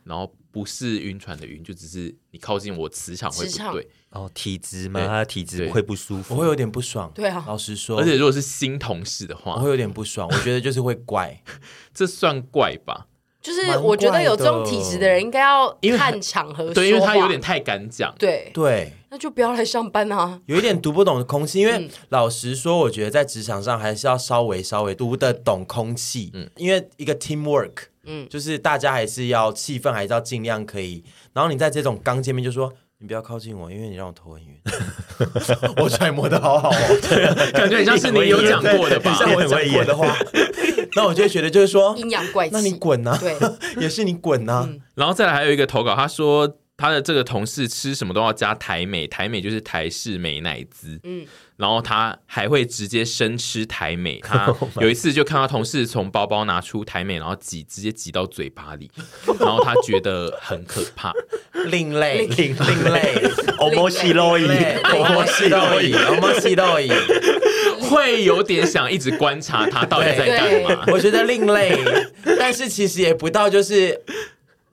C: 然后不是晕船的晕，就只是你靠近我磁场会
B: 磁
C: 不
B: 场
C: 对。
D: 哦，体质嘛，
C: 对
D: 他的体质
C: 对
D: 会不舒
A: 我
D: 服
A: 会。有点不爽，
B: 对啊
A: 老实说，
C: 而且如果是新同事的
A: 我
C: 话
B: 哦
A: 会，有点不爽，我觉得就是会怪，
C: 这算怪吧？
B: 就是我觉得有这种体质的人，应该要
C: 因为他
B: 看场合说话
C: 对，因为他有点太 敢讲。
B: 对，
A: 对。
B: 那就不要来上班啊。
A: 有一点读不懂的空气，因为
B: 嗯
A: 老实说，我觉得在职场上还是要稍微稍微读得懂空气，嗯，因为一个 teamwork，嗯，就是大家还是要气氛还是要尽量可以，然后你在这种刚见面就说你不要靠近我，因为你让我头很 晕，我揣摩的好好 哦，
C: 感觉很像是你有讲过的吧
A: 很？ 像我讲过的话， 那我就会觉得就是 说，
B: 阴阳怪气，
A: 那你滚呐、
B: 对，
A: 也是你滚啊呐、
C: 然后再来还有一个投稿，他说他的这个同事吃什么都要加台美，台美就是台式美乃滋，嗯，然后他还会直接生吃台美，他有一次就看到同事从包包拿出台美，然后挤直接挤到嘴巴里，然后他觉得很可怕，
A: 另类，另 另类，
D: 欧莫哦西洛伊，
A: 我摸西到椅，我摸西到椅，
C: 会有点想一直观察他到底在干 嘛。
A: 我觉得另类，但是其实也不到就是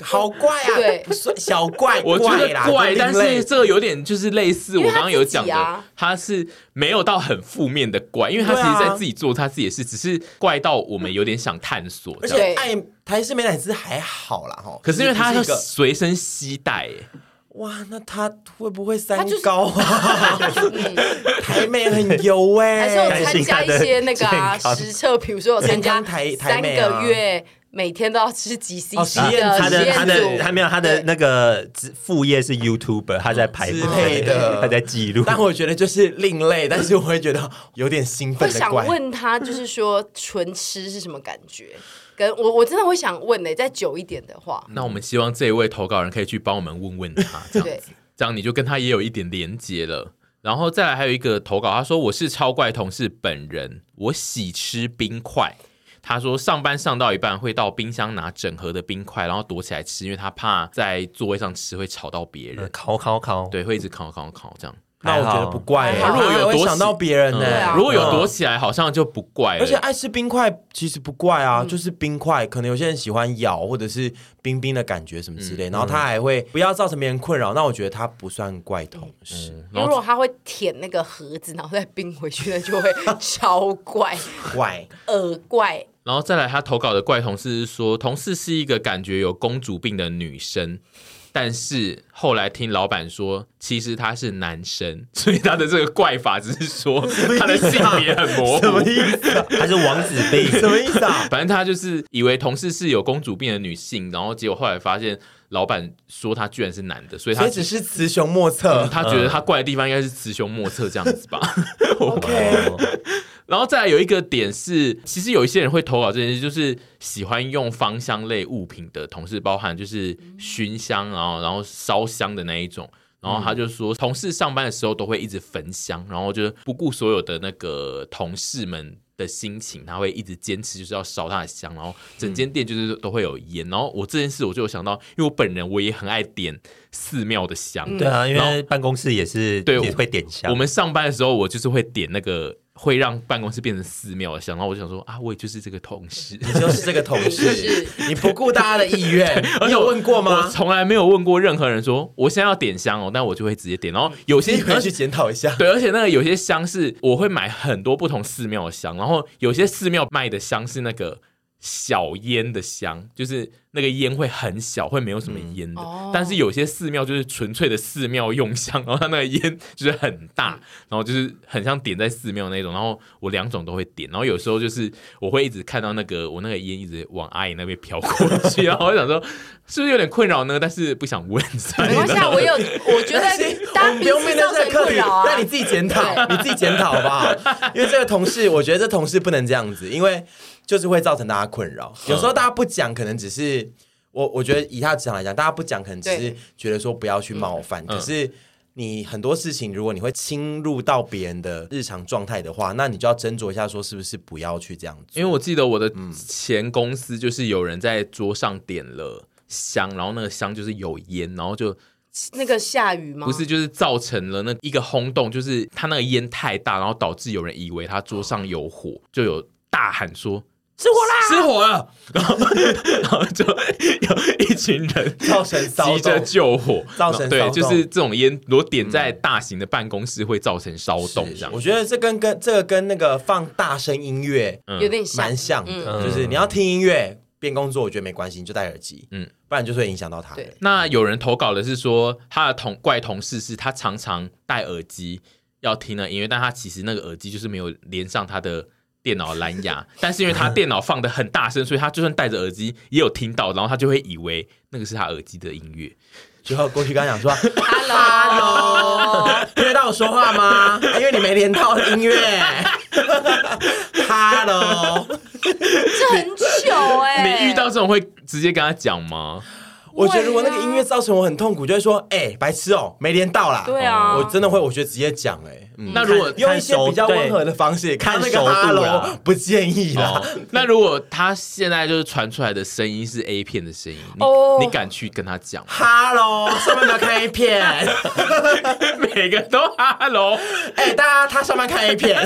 A: 好怪啊，
B: 对
A: 不算小怪，
C: 我觉
A: 怪
C: 得
A: 啦，
C: 怪，
A: 跟
C: 但
A: 另类
C: 是这个有点就是类似我
B: 因为他
C: 刚刚有讲
B: 自己
C: 的
B: 啊，
C: 他是没有到很负面的怪，因为他
A: 对
C: 其
A: 啊
C: 实在自己做他自己的事，只是怪到我们有点想探索
A: 而
C: 这样。
A: 且
B: 对
A: 爱台式美乃滋还好啦哈，
C: 可是因为他
A: 就
C: 要
A: 一个
C: 随身携带，哎
A: 哇，那他会不会三
B: 他就是
A: 高 啊？台妹很油哎，
B: 嗯还是有参加一些那个啊
D: 担心他的健康
B: 实测，比如说有参加
A: 健康台台
B: 三
A: 妹啊
B: 个月，每天都要吃几 CC
A: 哦
B: 的
A: 实验组
D: 啊他的他
B: 实
D: 的
B: 验组
D: 他没有他的
B: 对
D: 那个职副业是 YouTuber，他在拍
A: 哦之类的
D: 他在记录。
A: 但我觉得就是另类，但是我会觉得有点兴
B: 会
A: 奋的
B: 想
A: 怪。
B: 问他，就是说纯吃是什么感觉？跟我我真的会想问呢、再久一点的话，
C: 那我们希望这一位投稿人可以去帮我们问问他，这样
B: 对
C: 子，这样你就跟他也有一点连接了。然后再来还有一个投稿，他说我是超怪同事本人，我喜吃冰块。他说上班上到一半会到冰箱拿整盒的冰块，然后躲起来吃，因为他怕在座位上吃会吵到别人，
D: 呃
A: 呃
D: 考考考，
C: 对，会一直烤烤烤这样。
A: 那我觉得不怪欸。
B: 还好啊
A: 如果有
C: 还好
A: 多想到别人欸呢、
C: 嗯
B: 对啊
C: 如果有躲起来，好像就不怪了。
A: 而且爱吃冰块其实不怪啊，就是冰块，可能有些人喜欢咬或者是冰冰的感觉什么之类，然后他还会不要造成别人困扰，那我觉得他不算怪同事。
C: 然
B: 如
C: 后
B: 果他会舔那个盒子，然后再冰回去，那就会超 怪、
A: 怪
B: 恶怪。
C: 然后再来，他投稿的怪同事是说，同事是一个感觉有公主病的女生，但是后来听老板说，其实他是男生， 所以他的这个怪法只 是说他的性别很模
A: 什么
C: 糊。
A: 意思、啊？
D: 他是王子病，
A: 什么意思啊？
C: 反正他就是以为同事是有公主病的女性，然后结果后来发现老板说他居然是男的，所以
A: 所
C: 他
A: 以只是雌雄莫测。
C: 嗯他觉得他怪的地方应该是雌雄莫测这样子吧。
A: OK，
C: 然后再来有一个点是，其实有一些人会投稿这件事，就是喜欢用芳香类物品的同事，包含就是熏香，然后然后烧香的那一种。然后他就说，同事上班的时候都会一直焚香，然后就是不顾所有的那个呃同事们的心情，他会一直坚持就是要烧他的香，然后整间店就是都会有烟。然后我这件事我就有想到，因为我本人我也很爱点寺庙的香，
D: 对啊，因
C: 然后
D: 为办公室也是
C: 对
D: 也会点香，
C: 我们上班的时候，我就是会点那个会让办公室变成寺庙的香，然后我就想说啊，我也就是这个同 事。
A: 你就是这个同事，你不顾大家的意愿，你有问过
C: 我
A: 吗？
C: 从来没有问过任何人说我现在要点香哦，但我就会直接点。然后有些
A: 你回去检讨一下。
C: 对，而且那个有些香是我会买很多不同寺庙的香，然后有些寺庙卖的香是那个小烟的香，就是那个烟会很小，会没有什么烟
B: 嗯
C: 的。
B: 哦
C: 但是有些寺庙就是纯粹的寺庙用香，然后它那个烟就是很
B: 嗯
C: 大，然后就是很像点在寺庙那种。然后我两种都会点，然后有时候就是我会一直看到那个我那个烟一直往阿姨那边飘过 去，然后我就想说是不是有点困扰呢？但是不想问，所以
B: 没关系啊，我有，我觉
A: 但哎是
B: 得
A: 我们
B: 大
A: 不
B: 家彼
A: 用面
B: 此
A: 对
B: 造
A: 这个
B: 成
A: 课
B: 困
A: 题
B: 扰，啊。
A: 那你自己检讨，你自己检讨好不 好？因为这个同事，我觉得这同事不能这样子，因为就是会造成大家困扰。
B: 嗯
A: 有时候大家不讲，可能只是我，我觉得以他的职场来讲，大家不讲，可能只是
B: 对嗯
A: 觉得说不要去冒犯，可是。你很多事情，如果你会侵入到别人的日常状态的话，那你就要斟酌一下，说是不是不要去这样做。
C: 因为我记得我的
A: 嗯
C: 前公司就是有人在桌上点了香，然后那个香就是有烟，然后就
B: 那个下雨吗？
C: 不是就是造成了那一个轰动，就是他那个烟太大，然后导致有人以为他桌上有火，就有大喊说。哦失火啦！失火了！然后，然后就有一群人
A: 造成骚
C: 急着
A: 动，
C: 救火，
A: 造成
C: 对，
A: 骚动嗯
C: 就是这种烟，如果点在大型的办公室会造成骚动，这样
A: 我觉得这跟跟这个跟那个放大声音乐
C: 嗯
B: 有点像
A: 蛮像的，
D: 嗯
A: 就是你要听音乐边工作，我觉得没关系，你就戴耳机，
C: 嗯
A: 嗯，不然就是会影响到他人
B: 对。
C: 那有人投稿的是说，他的同怪同事是他常常戴耳机要听的音乐，但他其实那个耳机就是没有连上他的电脑蓝牙，但是因为他电脑放的很大声，所以他就算戴着耳机也有听到，然后他就会以为那个是他耳机的音乐。
A: 之后过去跟他 讲说
B: Hello，
A: 听得到我说话 吗？因为你没连到音 乐。Hello，
B: 这很糗哎、
C: 你遇到这种会直接跟他讲吗？
A: 我觉得如果那个音乐造成我很痛苦，就会说，哎、白痴哦、没连到啦。
B: 啊对啊
A: 我真的会，我觉得直接讲、哎、嗯
C: 那如果
A: 用一些比较温和的方式，
D: 看
A: 看那
D: 熟
A: 个
D: 度啊
A: Hello 不建议啦。
C: 哦， 那如果他现在就是传出来的声音是 A 片的声音，你、
B: 哦
C: 你敢去跟他讲吗？
A: Hello，上班不要看 A 片。
C: 每个都哈喽，
A: 哎、大家他上班看 A 片，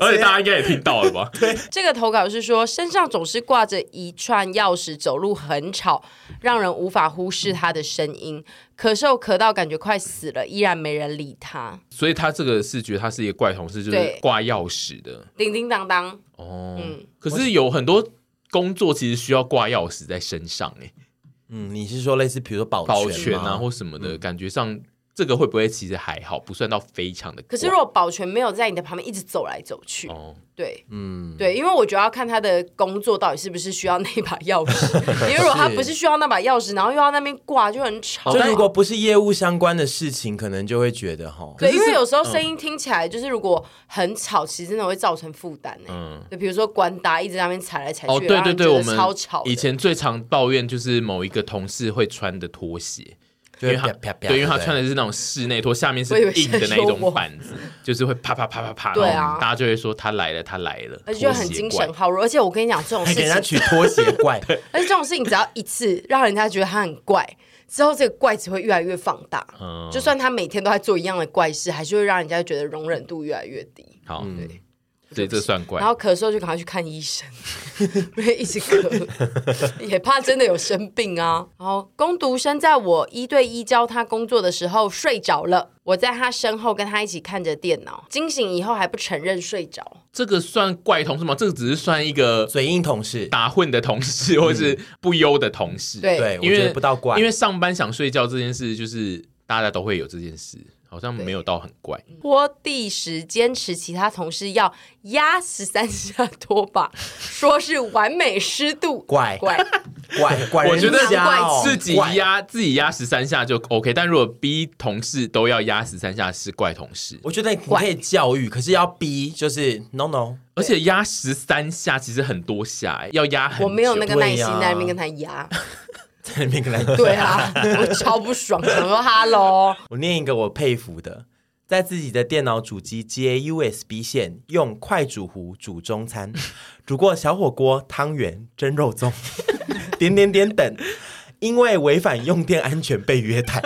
C: 而且大家应该也听到了吧？
B: 这个投稿是说，身上总是挂着一串钥匙，走路很吵，让人无法忽视他的声音。咳嗽咳到感觉快死了，依然没人理他。
C: 所以他这个是觉得他是一个怪同事，就是
B: 对
C: 挂钥匙的
B: 叮叮当当，
C: 哦。
B: 嗯
C: 可是有很多工作其实需要挂钥匙在身上、欸，
A: 嗯，你是说类似比如说保
C: 保
A: 全
C: 全
A: 吗
C: 啊或什么的，感觉上这个会不会其实还好，不算到非常的挂。
B: 可是如果保全没有在你的旁边一直走来走去，
C: 哦，
B: 对
A: 嗯，
B: 对，因为我觉得要看他的工作到底是不是需要那把钥匙，因为如果他不是需要那把钥匙，然后又要那边挂，就很吵。
A: 就如果不是业务相关的事情，可能就会觉得哈，
B: 对，因为有时候
C: 嗯
B: 声音听起来就是如果很吵，其实真的会造成负担欸
C: 嗯。
B: 就比如说管达一直在那边踩来踩去，
C: 哦，对
B: 让
C: 对
B: 人觉
C: 对，
B: 得
C: 我们
B: 超吵的。
C: 以前最常抱怨就是某一个同事会穿的拖鞋，因为
A: 啪
C: 他
A: 啪啪，
C: 对，因为他
A: 不
C: 穿的是那种室内拖，下面是
B: 我以为是
C: 硬的那
B: 说我
C: 种板子，就是会啪啪啪啪啪，
B: 对啊
C: 然后大家就会说他来了，他来了，
B: 而且就
C: 拖
B: 很
C: 鞋
B: 精
C: 怪
B: 神好弱，而且我跟你讲这种
A: 还
B: 事
C: 哎
A: 给人家
B: 情，
A: 取拖鞋怪，
B: 而且这种事情只要一次让人家觉得他很怪，之后这个怪只会越来越放大。
C: 嗯
B: 就算他每天都在做一样的怪事，还是会让人家觉得容忍度越来越低。
C: 好，
A: 嗯
C: 对，这这算怪
B: 然。后咳嗽就赶快去看医生， 不然一直咳，也怕真的有生病啊。然后工读生在我一对一教他工作的时候睡着了，我在他身后跟他一起看着电脑，惊醒以后还不承认睡着。
C: 这个算怪同事吗？这个只是算一个
A: 嘴硬同事，
C: 打混的同事，或是不优的同事。
B: 对
A: 对，嗯我
C: 因为
A: 觉得不到怪，
C: 因
A: 为
C: 为上班想睡觉这件事，就是大家都会有这件事，好像没有到很怪。
B: 拖地时坚持其他同事要压十三下拖把，说是完美湿度
A: 怪
B: 怪，
A: 怪怪人
C: 我觉得
A: 家哦
C: 自己
A: 怪
C: 压自己压十三下就 OK，但如果逼同事都要压十三下是怪同事，
A: 我觉得你可以教育，可是要逼，就是 no no，
C: 而且压十三下其实很多下、欸要压很久
B: 我没有那个耐心
A: 对呀
B: 在那边跟他压。
A: 在那边跟 他
B: 对啊，我超不爽，想说哈喽，
A: 我念一个我佩服的，在自己的电脑主机接 USB 线，用快煮壶煮中餐，煮过小火锅、汤圆、蒸肉粽，点点点等。因为违反用电安全被约谈，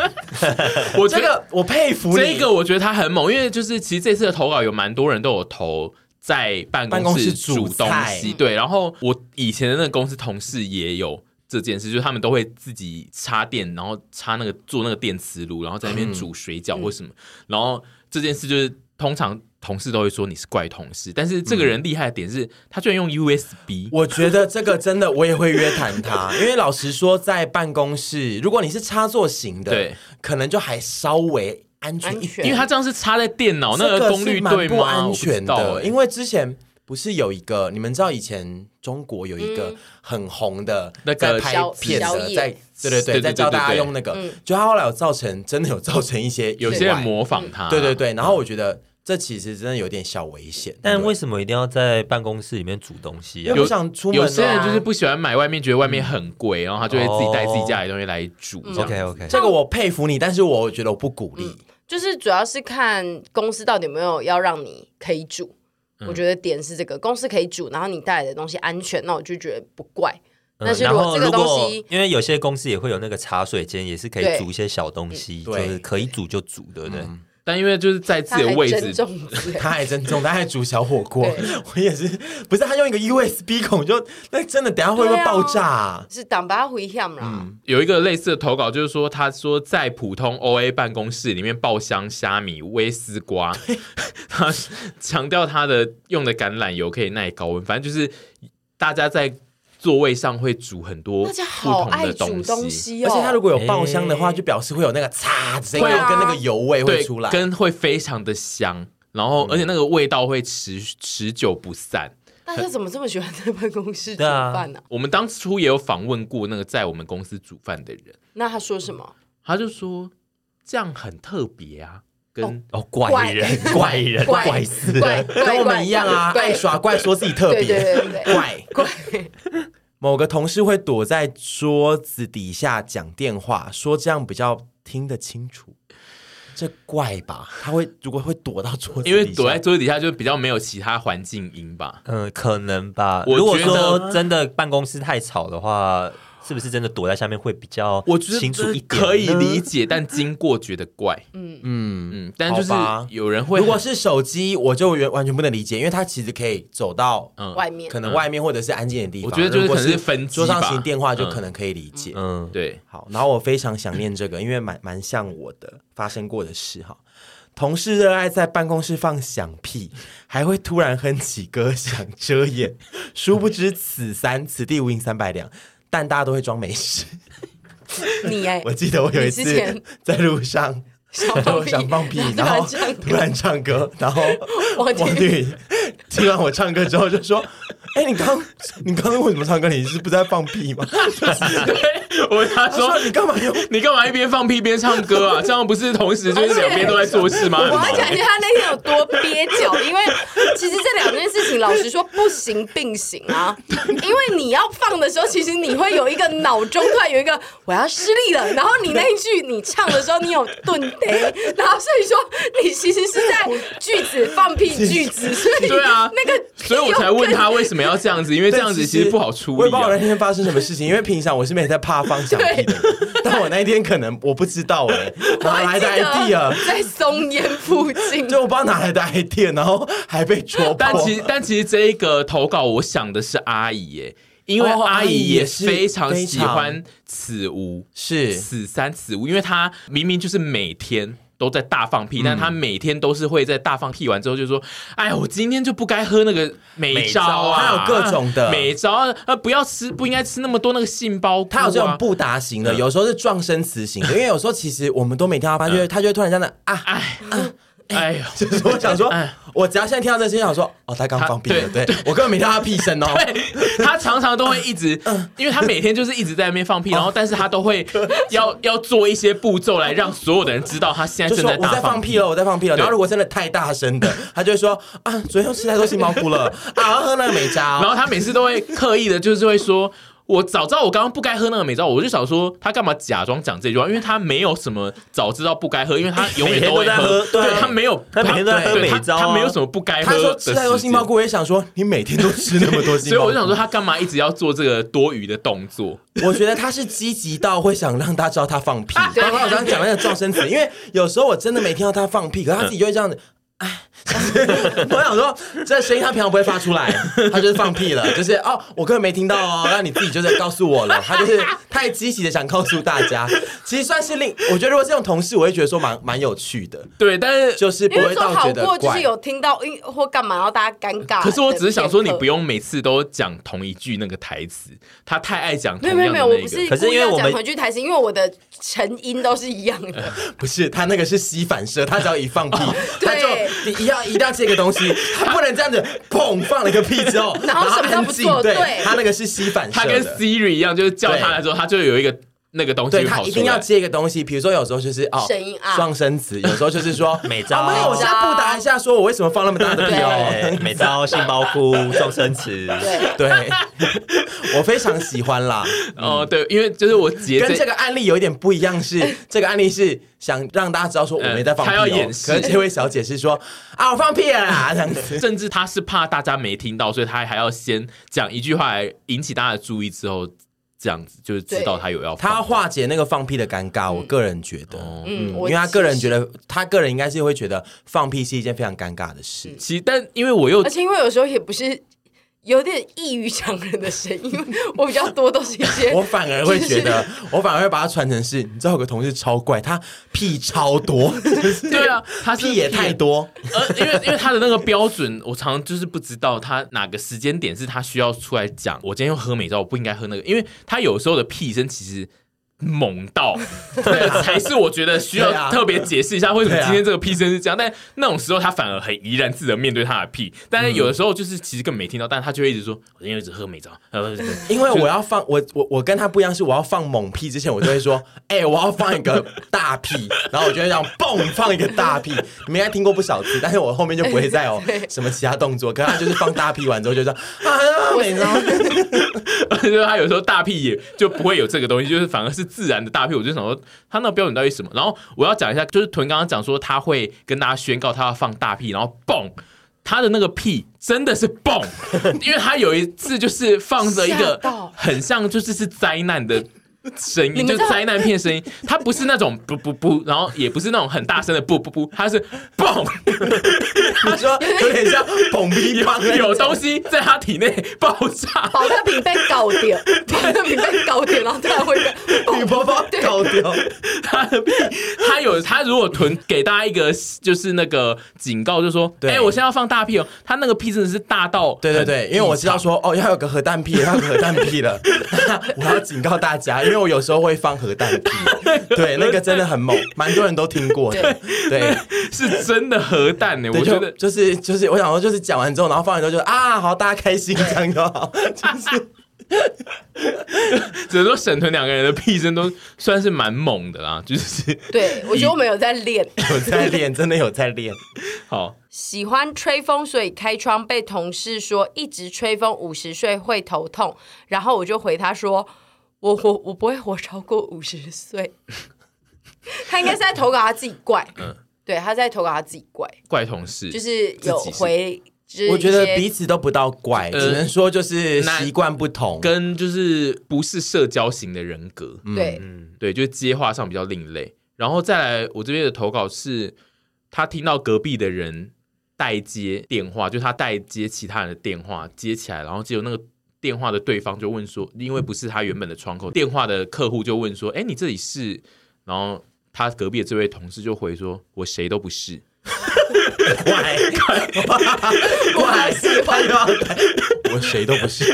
C: 我觉
A: 这
C: 得
A: 个我佩服你。
C: 这个我觉得他很猛，因为就是其实这次的投稿有蛮多人都有投。在办
A: 办公
C: 室
A: 室
C: 煮
A: 煮
C: 东
A: 菜
C: 西，对。然后我以前的那个公司同事也有这件事，就是他们都会自己插电，然后插那个做那个电磁炉，然后在那
A: 嗯
C: 边煮水饺或什么。然后这件事就是通常同事都会说你是怪同事，但是这个人厉害的点是他居然用 USB，
A: 我觉得这个真的我也会约谈他，因为老实说，在办公室，如果你是插座型的，
C: 对，
A: 可能就还稍微安全一
B: 安全
A: 点，
C: 因为他这样是插在电脑，那
A: 这
C: 功率
A: 是蛮
C: 对
A: 不
C: 吗？
A: 安全
C: 我
A: 的，
C: 不知道
A: 因为之前不是有一个，你们知道以前中国有一个很红的，
C: 那个
A: 在拍
B: 宵
A: 片
B: 宵
A: 的，
B: 夜
A: 在对对
C: 对对
A: 对，在教大家
C: 对对
A: 用那个，就他后来有造成真的有造成一些
C: 有
A: 意
C: 些人
A: 外
C: 模仿他，
A: 对对对，然后我觉得这其实真的有点小危险，
D: 但
A: 对
D: 为什么一定要在办公室里面煮东西
A: 因
D: 啊
A: 为？不想出门啊，
C: 有些人就是不喜欢买外面，觉得外面很贵，然后他就会自己带自己家里的东西来煮。这样
D: OK OK，
A: 这个我佩服你，但是我觉得我不鼓励。
B: 就是主要是看公司到底有没有要让你可以煮。我觉得点是这个，公司可以煮，然后你带来的东西安全，那我就觉得不怪。但是
D: 嗯然
B: 如果
D: 后
B: 这个
D: 如
B: 东
D: 果
B: 西，
D: 因为有些公司也会有那个茶水间，也是可
B: 对
D: 以煮一些小东西，就
A: 对
D: 是可以煮就煮，对不对？
C: 但因为就是在自
B: 它
C: 己的
B: 还
C: 位
B: 真
C: 置，
B: 重子欸
A: 他还真重，他还煮小火锅
B: 对，
A: 我也是，不是他用一个 USB 孔就那真的等一下会不会
B: 对啊
A: 爆炸啊、
B: 是挡把回向啦。
C: 有一个类似的投稿，就是说他说在普通 OA 办公室里面爆香虾米、微丝瓜，他强调他的用的橄榄油可以耐高温，反正就是大家在座位上会煮很多
B: 大家
C: 不
B: 好
C: 同
B: 爱
C: 的
B: 煮东
C: 西。
B: 西哦，
A: 而且它如果有爆香的话，
D: 哎
A: 就表示会有那个嚓的声音，
B: 对
A: 跟
B: 啊
A: 那个油味会
C: 对
A: 出，来。
C: 跟会非常的香，然后而且那个味道会持持久不散。
B: 大家怎么这么喜欢在办公室煮
D: 对啊
B: 饭呢？
C: 我们当初也有访问过那个在我们公司煮饭的人，
B: 那他说什么？
C: 他就说这样很特别啊，跟
D: 哦，怪人， 怪人，
B: 怪
D: 怪死了。
B: 怪怪
A: 跟我们一样啊，
B: 怪
A: 爱耍怪，说自己特
B: 对对
A: 别
B: 对对对
A: 怪。
B: 怪，
A: 某个同事会躲在桌子底下讲电话，说这样比较听得清楚。这怪吧？他会如果会躲到桌子底
C: 因
A: 下，
C: 为躲在桌子底下就比较没有其他环境音吧。
D: 嗯，可能吧。
C: 我
D: 如果
C: 觉得
D: 说真的办公室太吵的话，是不是真的躲在下面会比较
C: 我觉
D: 清楚一
C: 得
D: 点？
C: 可以理。解，但经过觉得怪，
A: 嗯。
C: 嗯，但就是
A: 好吧
C: 有人会，
A: 如果是手机，我就完完全不能理解，因为它其实可以走到
C: 嗯
B: 外面
A: 可能外面或者是安静的地方。
C: 我觉得就是
A: 如果
C: 可能是分机
A: 桌上
C: 吧
A: 型电话，就
C: 嗯
A: 可能可以理解。
D: 嗯，
C: 对，
A: 好，然后我非常想念这个，因为蛮蛮像我的发生过的事哈。同事热爱在办公室放响屁，还会突然哼起歌想遮 掩，殊不知此三此地无银三百两，但大家都会装没事。
B: 你哎，
A: 我记得我有一
B: 你之前
A: 次在路上。
B: 想
A: 我想放 屁，然后
B: 突然这样
A: 突然唱歌，然后王
B: 王 俊
A: 俊宇听完我唱歌之后就说：“哎、你刚你刚刚为什么唱歌？你是不是在放屁吗？
C: 我跟他
A: 他
C: 说
A: 说你干嘛用？
C: 你干嘛一边放屁边唱歌 啊？这样不是同时就是两边都在做事吗？
B: 我要
C: 很
B: 讲
C: 忙
B: 一下他那天有多憋脚，因为其实这两件事情，老实说不行并行啊。因为你要放的时候，其实你会有一个脑中突然有一个我要失利了，然后你那一句你唱的时候，你有顿呆，然后所以说你其实是在句子放屁句子，所以
C: 对啊
B: 那个
C: 所以我才问他为什么要这样子，因为这样子其实不好
A: 我
C: 处
A: 也
C: 理
A: 不知道
C: 啊
A: 我。那天发生什么事情，因为平常我是没在怕放响屁的人，但我那一天可能我不知道哎、哪来
B: 还
A: 的
B: 记
A: idea？
B: 得在松烟附近，
A: 就我不知道哪来的 idea，然后还被戳破。
C: 但其但其实这一个投稿，我想的是阿姨耶，因为
A: 哦
C: 阿
A: 阿
C: 姨
A: 姨
C: 也
A: 也是
C: 非常喜
A: 非
C: 欢此屋，
A: 是
C: 此三此屋，因为她明明就是每天。都在大放屁，
A: 嗯
C: 但她每天都是会在大放屁完之后就说：“哎，我今天就不该喝那个美
A: 美
C: 招
A: 招
C: 啊，
A: 啊它有各种的
C: 美招啊，啊不要吃，不应该吃那么多那个杏鲍菇、啊。”
A: 他有这种不达型的，有时候是撞生词型的，因为有时候其实我们都没听到，他就会他就会突然这样的啊，
C: 哎，哎呦，
A: 就是我想说
C: 哎，
A: 我只要现在听到这个声音，想说嗯哦，他刚放屁了，
C: 对
A: 对我根本没听到他屁声哦，
C: 对他常常都会一直，
D: 嗯
C: 因为他每天就是一直在那边放
D: 哦
C: 屁，然后但是他都 会要要做一些步骤来让所有的人知道他现在
A: 就
C: 正
A: 说我
C: 大
A: 在放
C: 放
A: 屁。了，我在放屁了。
C: 对
A: 然后如果真的太大声 的，他就会说啊，昨天又吃太多杏鲍菇了，啊，要喝那个美
C: 然
A: 招。
C: 后他每次都会刻意的，就是会说。我早知道我刚刚不该喝那个美招，我就想说他干嘛假装讲这句话，因为他没有什么早知道不该喝， 因为他永远会
D: 每天都在喝对啊
C: 对他没有，
D: 他每天都在喝
C: 对
D: 美招啊
C: 他，他没有什么不该喝
A: 他
C: 的
A: 说
C: 时
A: 吃太多
C: 间
A: 杏鲍菇，我也想说你每天都吃那么多
C: 所以
A: 杏鲍菇，
C: 我就想说他干嘛一直要做这个多余的动作？
A: 我觉得他是积极到会想让大家知道他放屁。
B: 对
A: 刚刚我刚刚讲那个撞声词，因为有时候我真的没听到他放屁，可是他自己就会这样子。哎， 我想说，这声音他平常不会发出来，他就是放屁了，就是哦，我根本没听到哦，那你自己就是告诉我了，他就是太积极的想告诉大家，其实算是令我觉得如果是这种同事，我会觉得说蛮蛮有趣的，
C: 对，但是
A: 就是不
B: 因为
A: 会
B: 说
A: 到
B: 好
A: 觉得
B: 过就
A: 怪
B: 是。有听到因或干嘛，然后大家尴
A: 啊
B: 尬。
C: 可是我只是想说，你不
B: 用。
C: 用每次都讲同一句那个台词，他太爱讲同
B: 没有
C: 样的
B: 没
C: 那
B: 有
C: 个。
B: 没有，我不是
D: 可是因为
B: 故意要
D: 我们
B: 讲回去台词，因为我的成音都是一样的。
A: 不是他那个是吸反射，他只要一放屁，他
B: 哦对
A: 就一要一定要接个东 西，他不能这样子砰放了一个屁之后，
B: 然后什么都不做
A: 安静对
B: 对
A: 他那个是吸反
C: 他
A: 射
C: 跟
A: 的。
C: Siri 一样，就是叫他的时候，他就有一个那个东西
A: 对
C: 会
A: 他
C: 跑
A: 一
C: 出
A: 定要
C: 来。
A: 接一个东西，比如说有时候就是哦，
B: 声音啊
A: 双声词，有时候就是 说
D: 美招
A: 哦没有，我现在不答一下，说我为什么放那么大的屁
D: 对
A: 哦。
D: 美招杏鲍菇、撞生词，
B: 对，
A: 对， 我非常喜欢啦。
C: 哦，对，因为就是我截
A: 跟这
C: 这。
A: 个案例有一点不一样 是，这个案例是想让大家知道说我没在放屁、哦
C: 嗯他要掩饰
A: 可是这位小姐是说啊，我放屁了啦，这样子。
C: 甚至他是怕大家没听到，所以他还要先讲一句话来引起大家的注意，之后这样子就是知道他有要
A: 他要
C: 放。
A: 化解那个放屁的尴尬，我个人觉得，
C: 哦
A: 嗯，
B: 嗯，
A: 因
B: 我
A: 为他个人觉
B: 得，
A: 得，他个人应该是会觉得放屁是一件非常尴尬的事。
C: 其实，但因为我又
B: 而且因为有时候也不是有点异于常人的声音，因为我比较多都是一 些
A: 我反而会觉得，我反而会把它传成是，你知道有个同事超怪，他屁超多，就是
C: 对啊，他是
A: 屁也太多，
C: 呃，因为因为他的那个标准，我常常就是不知道他哪个时间点是他需要出来讲。我今天又喝美招，我不应该喝那个，因为他有时候的屁声其实猛 到，对，才是我觉得需
A: 啊对
C: 要
A: 啊
C: 特别解释一下为什么
A: 对啊
C: 今天这个屁声是这样。但那种时候他反而很怡然自得面对他的屁，但是有的时候就是其实根本没听到，但他就会一直说我今天一直喝美招，呃，对
A: 因为我要放我我我跟他不一样，是我要放猛屁之前，我就会说，哎，我要放一个大屁，然后我就会这样蹦放一个大屁，你们应该听过不少次，但是我后面就不会再有什么其他动作，可是他就是放大屁完之后就这样啊，美招。
C: 就是他有时候大屁也就不会有这个东西，就是反而是自然的大屁。我就想说，他那标准到底是什么？然后我要讲一下，就是屯刚刚讲说他会跟大家宣告他要放大屁，然后蹦。他的那个屁真的是蹦， 因为他有一次就是放着一
B: 吓
C: 个
B: 到
C: 很像就是是灾难的声
B: 你们
C: 音，就
B: 知道
C: 灾难片声音。他不是那种不不不，然后也不是那种很大声的不不不，他是 蹦，
A: 你说有点像捧屁棒那
C: 有
A: 种，
C: 有东西在他体内爆炸。
B: 保特瓶被搞掉，保特瓶被搞掉，然后突然会被
A: 女包包搞掉，
C: 他的屁，他有他如果囤给大家一个就是那个警告，就说，哎、
A: 对
C: 我现在要放大屁哦，他那个屁真的是大到，
A: 对对对，因为我知道说哦，要有个核弹屁，要有个核弹屁了。那我要警告大家，因为为我有时候会放核弹屁，对，那个真的很猛，蛮多人都听过的，对。
C: 是真的核弹呢、
A: 对
C: 我
A: 就
C: 觉得
A: 就是就是，我想说就是讲完之后，然后放完之后就啊，好，大家开心这样就好， 就是
C: 只能说沈屯两个人的屁声都算是蛮猛的啦，就是
B: 对，我觉得我们有在练。
A: 有在练，真的有在练。
C: 好
B: 喜欢吹风，所以开窗。被同事说一直吹风五十岁会头痛，然后我就回他说：“我我我不会活超过五十岁。” 他应该是在投稿他自己怪，对，他在投稿他自己怪，
C: 怪同事
B: 就是有
C: 嗯自己是
B: 回，就是
A: 我觉得
B: 一些
A: 彼此都不到怪，
C: 呃
A: 只能说就是
C: 那
A: 习惯不同。
C: 跟就是不是社交型的人格，
A: 嗯
B: 对
C: 对，就是接话上比较另类。然后再来，我这边的投稿是，他听到隔壁的人代接电话，就他代接其他人的电话接起来，然后结果那个电话的对方就问说，因为不是他原本的窗口，电话的客户就问说，哎，你这里是？然后他隔壁的这位同事就回说，我谁都不是。。
A: 怪怪是他又要带，我谁都不是，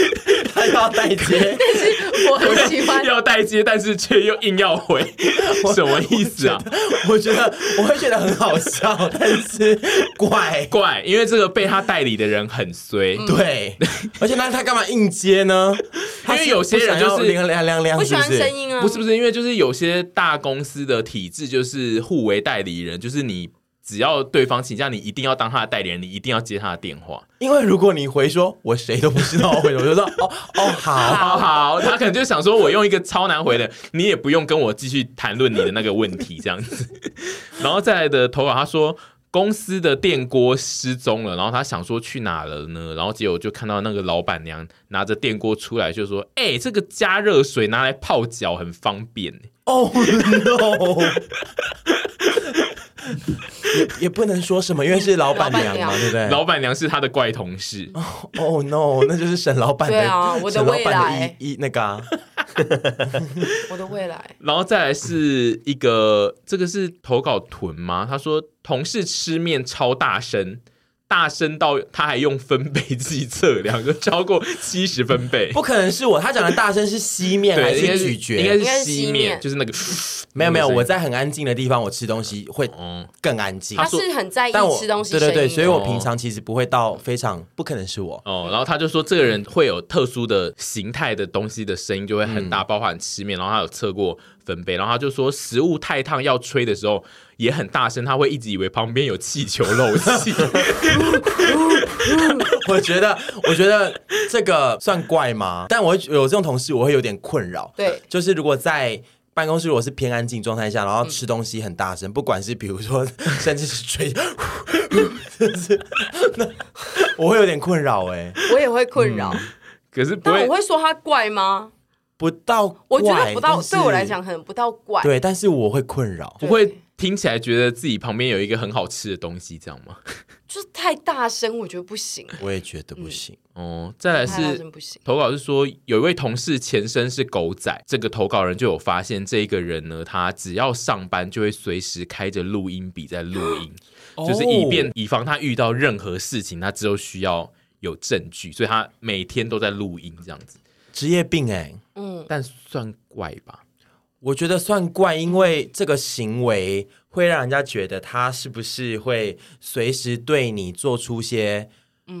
A: 他又要带接，
B: 我很喜 欢
C: 要代接，但是却又硬要回，什么意思啊？
A: 我觉得我会觉得很好笑，但是怪。
C: 怪，因为这个被他代理的人很衰，
A: 嗯对，而且那他干嘛硬接呢？他是
C: 因为有些人
A: 不想要
C: 就是
A: 亮亮亮亮，
B: 不喜欢
A: 是不是
B: 声音啊，
C: 不是不是，因为就是有些大公司的体制就是互为代理人，就是你只要对方请假，你一定要当他的代理人，你一定要接他的电话。
A: 因为如果你回说我谁都不知道，我回我就说 哦哦 好，
C: 好好，他可能就想说，我用一个超难回的，你也不用跟我继续谈论你的那个问题这样子。 然后再来的投稿，他说公司的电锅失踪了，然后他想说去哪了呢？然后结果就看到那个老板娘拿着电锅出来，就说：“哎、这个加热水拿来泡脚很方便。
A: 哦 no，也也不能说什么，因为是老板娘嘛，
B: 老板娘
A: 对不对？
C: 老板娘是他的怪同事，
A: 哦 no，那就是沈老板的，
B: 对啊我的
A: 沈老
B: 未
A: 板
B: 来
A: 的一一那个啊，
B: 我的未来。
C: 然后再来是一个，这个是投稿臀吗？他说同事吃面超大声，大声到他还用分贝计测量，就超过七十分贝。
A: 不可能是我，他讲的大声是吸面还
C: 对，应该
A: 是
C: 是
A: 咀
C: 应该
A: 嚼？
B: 应
C: 是
B: 该是
C: 吸
B: 吸
C: 面，
B: 面
C: 就是那个。
A: 没有没有，
C: 那个声音
A: 我在很安静的地方，我吃东西会
C: 哦，
A: 更安静
B: 他。
C: 说
B: 是很在意
A: 但我
B: 吃东西
A: 对
B: 声
A: 对
B: 音
A: 对，
B: 的，
A: 所以我
C: 哦
A: 平常其实不会到非常， 不可能是我。
C: 哦，然后他就说这个人会有特殊的形态的东西的声音就会
A: 嗯
C: 很大，包含吃面，然后他有测过分贝，然后他就说食物太烫要吹的时候也很大声，他会一直以为旁边有气球漏气。
A: 我觉得，我觉得这个算怪吗？但我会有这种同事，我会有点困扰。
B: 对
A: 就是如果在办公室，如果是偏安静状态下，然后吃
B: 嗯
A: 东西很大声，不管是比如说，甚至是吹， 就是 那我会有点困扰哎、
B: 我也会困扰。
A: 嗯
C: 可是不
B: 但
C: 会
B: 我会说他怪吗？
A: 不到怪，
B: 我觉得不到，
A: 但是
B: 对我来，讲可能不到怪。
A: 对，但是我会困扰。
C: 不会听起来觉得自己旁边有一个很好吃的东西，这样吗？
B: 就是太大声，我觉得不行，
A: 我也觉得不行，
C: 哦，再来
B: 太大
C: 是
B: 声不行。
C: 投稿是说，有一位同事前身是狗仔，这个投稿人就有发现，这一个人呢，他只要上班就会随时开着录音笔在录音，就是以便以防他遇到任何事情，他之后需要有证据，所以他每天都在录音这样子，
A: 职业病哎、
B: 嗯，
C: 但算怪吧？
A: 我觉得算怪，因为这个行为会让人家觉得他是不是会随时对你做出些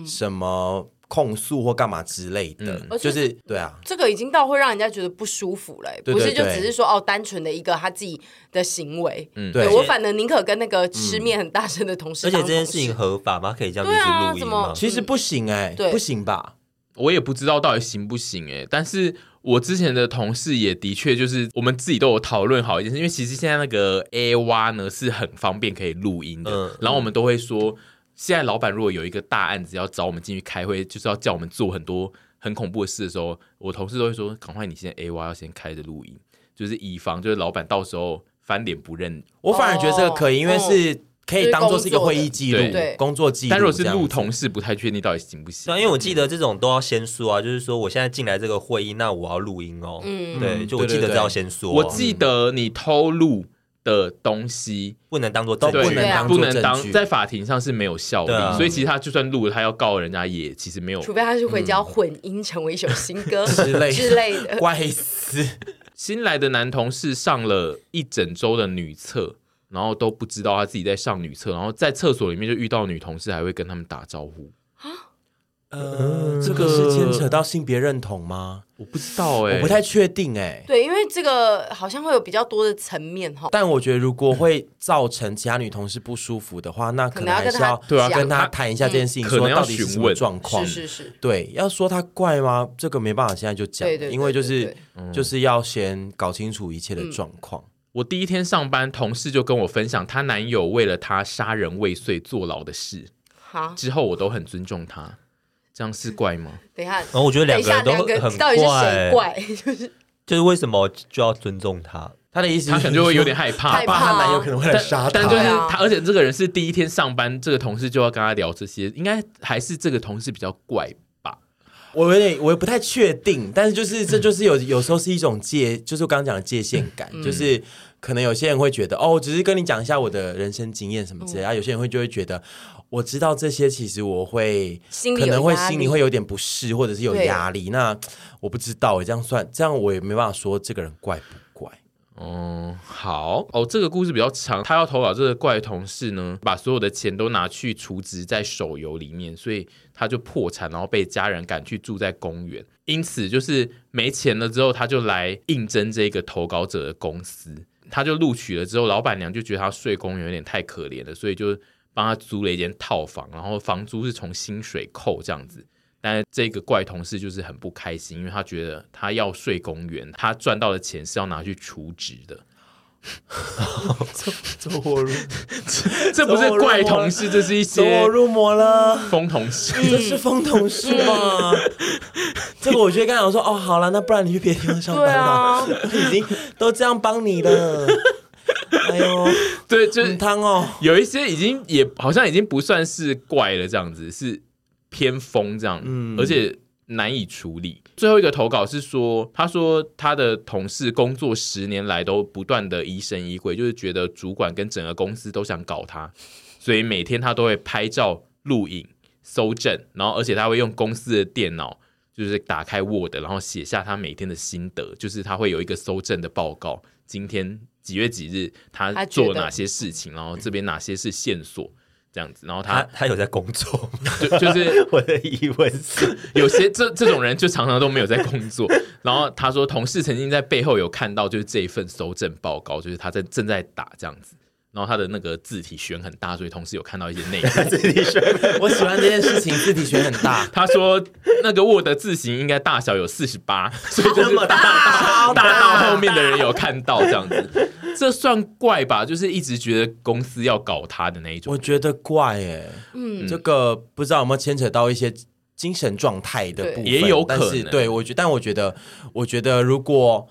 A: 什么控诉或干嘛之类的，
C: 嗯
A: 就是对啊，
B: 这个已经到会让人家觉得不舒服了、欸
A: 对对
B: 不是就
A: 对
B: 只是说哦，单纯的一个他自己的行为。
C: 嗯
A: 对嗯
B: 我反而宁可跟那个吃面很大声的同事
D: 而且
B: 当
D: 这件
B: 同
D: 事 情
B: 事
D: 合法吗？可以这样
B: 对啊
D: 一直录音
B: 怎么
D: 吗？
A: 其实不行哎、
B: 对
A: 不行吧？
C: 我也不知道到底行不行诶、但是我之前的同事也的确就是我们自己都有讨论好一件事，因为其实现在那个 A 蛙呢是很方便可以录音的，
D: 嗯
C: 然后我们都会说，现在老板如果有一个大案子要找我们进去开会，就是要叫我们做很多很恐怖的事的时候，我同事都会说，赶快你现在 A 蛙要先开着录音，就是以防就是老板到时候翻脸不认。
A: 我反而觉得这个可以，因为是可以当做是一个会议记录
C: 对
B: 对、
A: 工作记录。
C: 但如果是
A: 这样
C: 录
A: 子
C: 同事，不太确定到底行不行
D: 对啊，。因为我记得这种都要先说啊，就是说我现在进来这个会议，那我要录音哦。
B: 嗯
D: 对，就我
A: 对对
D: 记得
A: 对
D: 这要先说，哦
C: 我记得你偷录的东西。
D: 不能当做
A: 都
D: 证
A: 不
C: 对，
A: 能
B: 对啊
A: 当
C: 不
A: 做
C: 能
A: 证
C: 当
A: 据。
C: 在法庭上是没有效力，
D: 对啊
C: 所以其实他就算录了，他要告人家也其实没有。
B: 除非他是回家混音成为一首新歌
A: 嗯 之类的
B: 之类的。
A: 怪死！
C: 新来的男同事上了一整周的女厕，然后都不知道他自己在上女厕，然后在厕所里面就遇到女同事，还会跟他们打招呼。
A: 呃，这个是牵扯到性别认同吗？
C: 我不知道哎、
A: 我不太确定哎。
B: 对，因为这个好像会有比较多的层面哈。
A: 但我觉得，如果会造成其他女同事不舒服的话，那可能还是要啊
B: 可能要跟她啊
A: 跟她
C: 讲
A: 谈一下这件事情，
C: 嗯
A: 说
C: 可能要
A: 到底是什
C: 询
A: 么
C: 问
A: 状况。
B: 是是是，
A: 对，要说她怪吗？这个没办法，现在就讲，
B: 对对对
A: 因为就
B: 对嗯
A: 是
C: 嗯
A: 就是要先搞清楚一切的状况。
C: 我第一天上班，同事就跟我分享她男友为了她杀人未遂坐牢的事，
B: 好，
C: 之后我都很尊重她，这样是怪吗？
B: 等一下，
A: 哦
D: 然后我觉得
B: 等
D: 两
B: 一
D: 个
B: 下，
D: 人都
B: 两
D: 很
B: 个到底是谁
D: 怪，
B: 怪？
D: 就是为什么就要尊重他？
A: 她的意思，
C: 她可能就会有点害怕
A: 她
B: 害
C: 吧。
A: 怕
B: 怕
A: 她
B: 啊
A: 男友可能会来杀
C: 但
A: 她。
C: 就是
B: 对啊
C: 她，而且这个人是第一天上班，这个同事就要跟她聊这些，应该还是这个同事比较怪吧？
A: 我有点，我也不太确定，但是就是这就是有有时候是一种界，
B: 嗯
A: 就是我刚刚讲的界限感，就是可能有些人会觉得哦，我只是跟你讲一下我的人生经验什么之
B: 嗯
A: 类的，啊，有些人会就会觉得我知道这些，其实我会
B: 心里有
A: 可能会
B: 压力
A: 心里会有点不适，或者是有压力。那我不知道，我这样算，这样我也没办法说这个人怪不怪。
C: 嗯，好哦，这个故事比较长，她要投稿这个怪同事呢，把所有的钱都拿去储值在手游里面，所以她就破产，然后被家人赶去住在公园，因此就是没钱了之后，她就来应征这个投稿者的公司，她就录取了之后，老板娘就觉得她睡公园有点太可怜了，所以就帮她租了一间套房，然后房租是从薪水扣这样子，但是这个怪同事就是很不开心，因为他觉得他要睡公园，他赚到的钱是要拿去除值 的。
A: 走火入
C: 这不是怪同事，这是一
A: 走
C: 些
A: 火入魔了。
C: 疯同事。
A: 这是风同事吗？
C: 嗯
A: 这个我觉得刚才我说哦，好了，那不然你去别的地方上班
B: 对
A: 吧。
B: 啊，
A: 已经都这样帮你了。 哎呦，
C: 对，就是
A: 很汤哦。
C: 有一些已经也好像已经不算是怪了，这样子是偏疯这样，而且难以处理。最后一个投稿是说，他说他的同事工作十年来都不断的疑神疑鬼，就是觉得主管跟整个公司都想搞他，所以每天他都会拍照、录影、搜证，然后而且他会用公司的电脑。就是打开 Word，然后写下他每天的心得，就是他会有一个搜证的报告，今天几月几日他
B: 他觉
C: 做
B: 得
C: 了哪些。些事情，然后这边哪些是线索，这样子，然后
D: 他
C: 他
D: 他有在工作吗？
C: 就就是
D: 我的疑问 是，
C: 有些这这种人就常常都没有在工作。然后他说，同事曾经在背后有看到，就是这一份搜证报告，就是他在正在打这样子。然后他的那个字体选很大，所以同事有看到一些内容。
A: 我喜欢这件事情，字体学很大。
C: 他说那个 Word 字型应该大小有四十八，所以就是
A: 大
C: 大到后面的人有看到这样子，这算怪吧？就是一直觉得公司要搞他的那一种
A: 我。觉得怪哎，嗯，这个不知道有没有牵扯到一些精神状态的部分，
C: 对也有可能
A: 但是对我觉，但我觉得，我觉得如果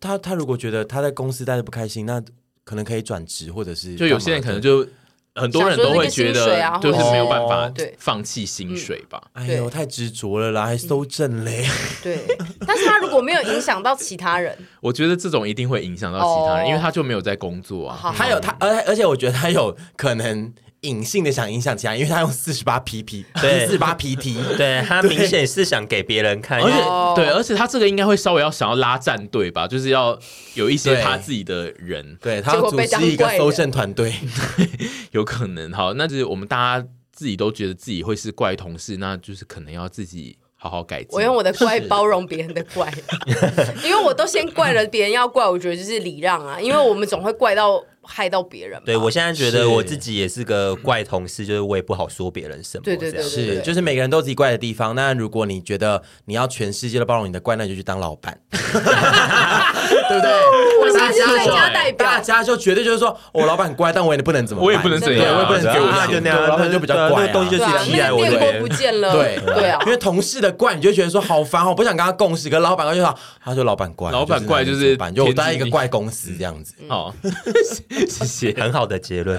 A: 他他如果觉得他在公司待的不开心，那可能可以转职，或者是
C: 就有些人可能
A: 干嘛的。
C: 就很多人都会觉
B: 想说那个薪水啊
C: 得，就是没有办
A: 或
C: 法
B: 者是哦
C: 放弃薪水吧。
A: 哎呦，
B: 对
A: 太执着了啦，还搜证嘞！
B: 对。但是他如果没有影响到其他人，
C: 我觉得这种一定会影响到其他人，
B: 哦
C: 因为他就没有在工作啊。
B: 好，
A: 他有他，而而且我觉得他有可能隐性的想影响其他人，因为他用四十八 PP，
D: 对
A: 四十八 PT，
D: 对他明显是想给别人看，因
C: 而
D: 为
C: 且、
B: 哦
C: 对，而且他这个应该会稍微要想要拉战队吧，就是要有一些
A: 对
C: 他自己的 人，
A: 对他
B: 结
A: 要
B: 果
A: 组
B: 被当
A: 织一个
B: 怪
A: 搜
B: 人
A: 证团队，
C: 有可能。好，那就是我们大家自己都觉得自己会是怪同事，那就是可能要自己好好改进。
B: 我用我的怪包容别人的怪， 因为我都先怪了别人，要怪我觉得就是礼让啊，因为我们总会怪到害到别人吧。
D: 对我现在觉
A: 是
D: 得我自己也是个怪同事，就是我也不好说别人什么，
B: 对对对
D: 这样
B: 对对
A: 是就是每个人都有自己怪的地方。那如果你觉得你要全世界都包容你的怪，那你就去当老 板，对不对？
B: 我现在是最
C: 大
B: 佳
C: 家
B: 代表
A: 大，家就绝对就是说，我老板很怪，但我也不能怎么办，
C: 我也不能怎
A: 对
C: 样
A: 我也不能
C: 对
A: 怎
C: 啊
A: 样，
C: 就
D: 那样
A: 对老板就比较怪啊，
D: 那个东西就
B: 对啊，
D: 寄
B: 那
D: 来
B: 个
D: 我
B: 电
D: 这
B: 锅
D: 边
B: 不见了，
A: 对
B: 对啊
A: 因，为同事的怪，你就觉得说好烦哦，我不想跟他共事。可是老板怪就说，他说老板怪，
C: 老板怪
A: 就
C: 就是
A: 那你怎么办就我待一
C: 天
A: 个
C: 经地义
A: 怪公司这样子。
C: 嗯好，谢谢。
D: 很好的结论。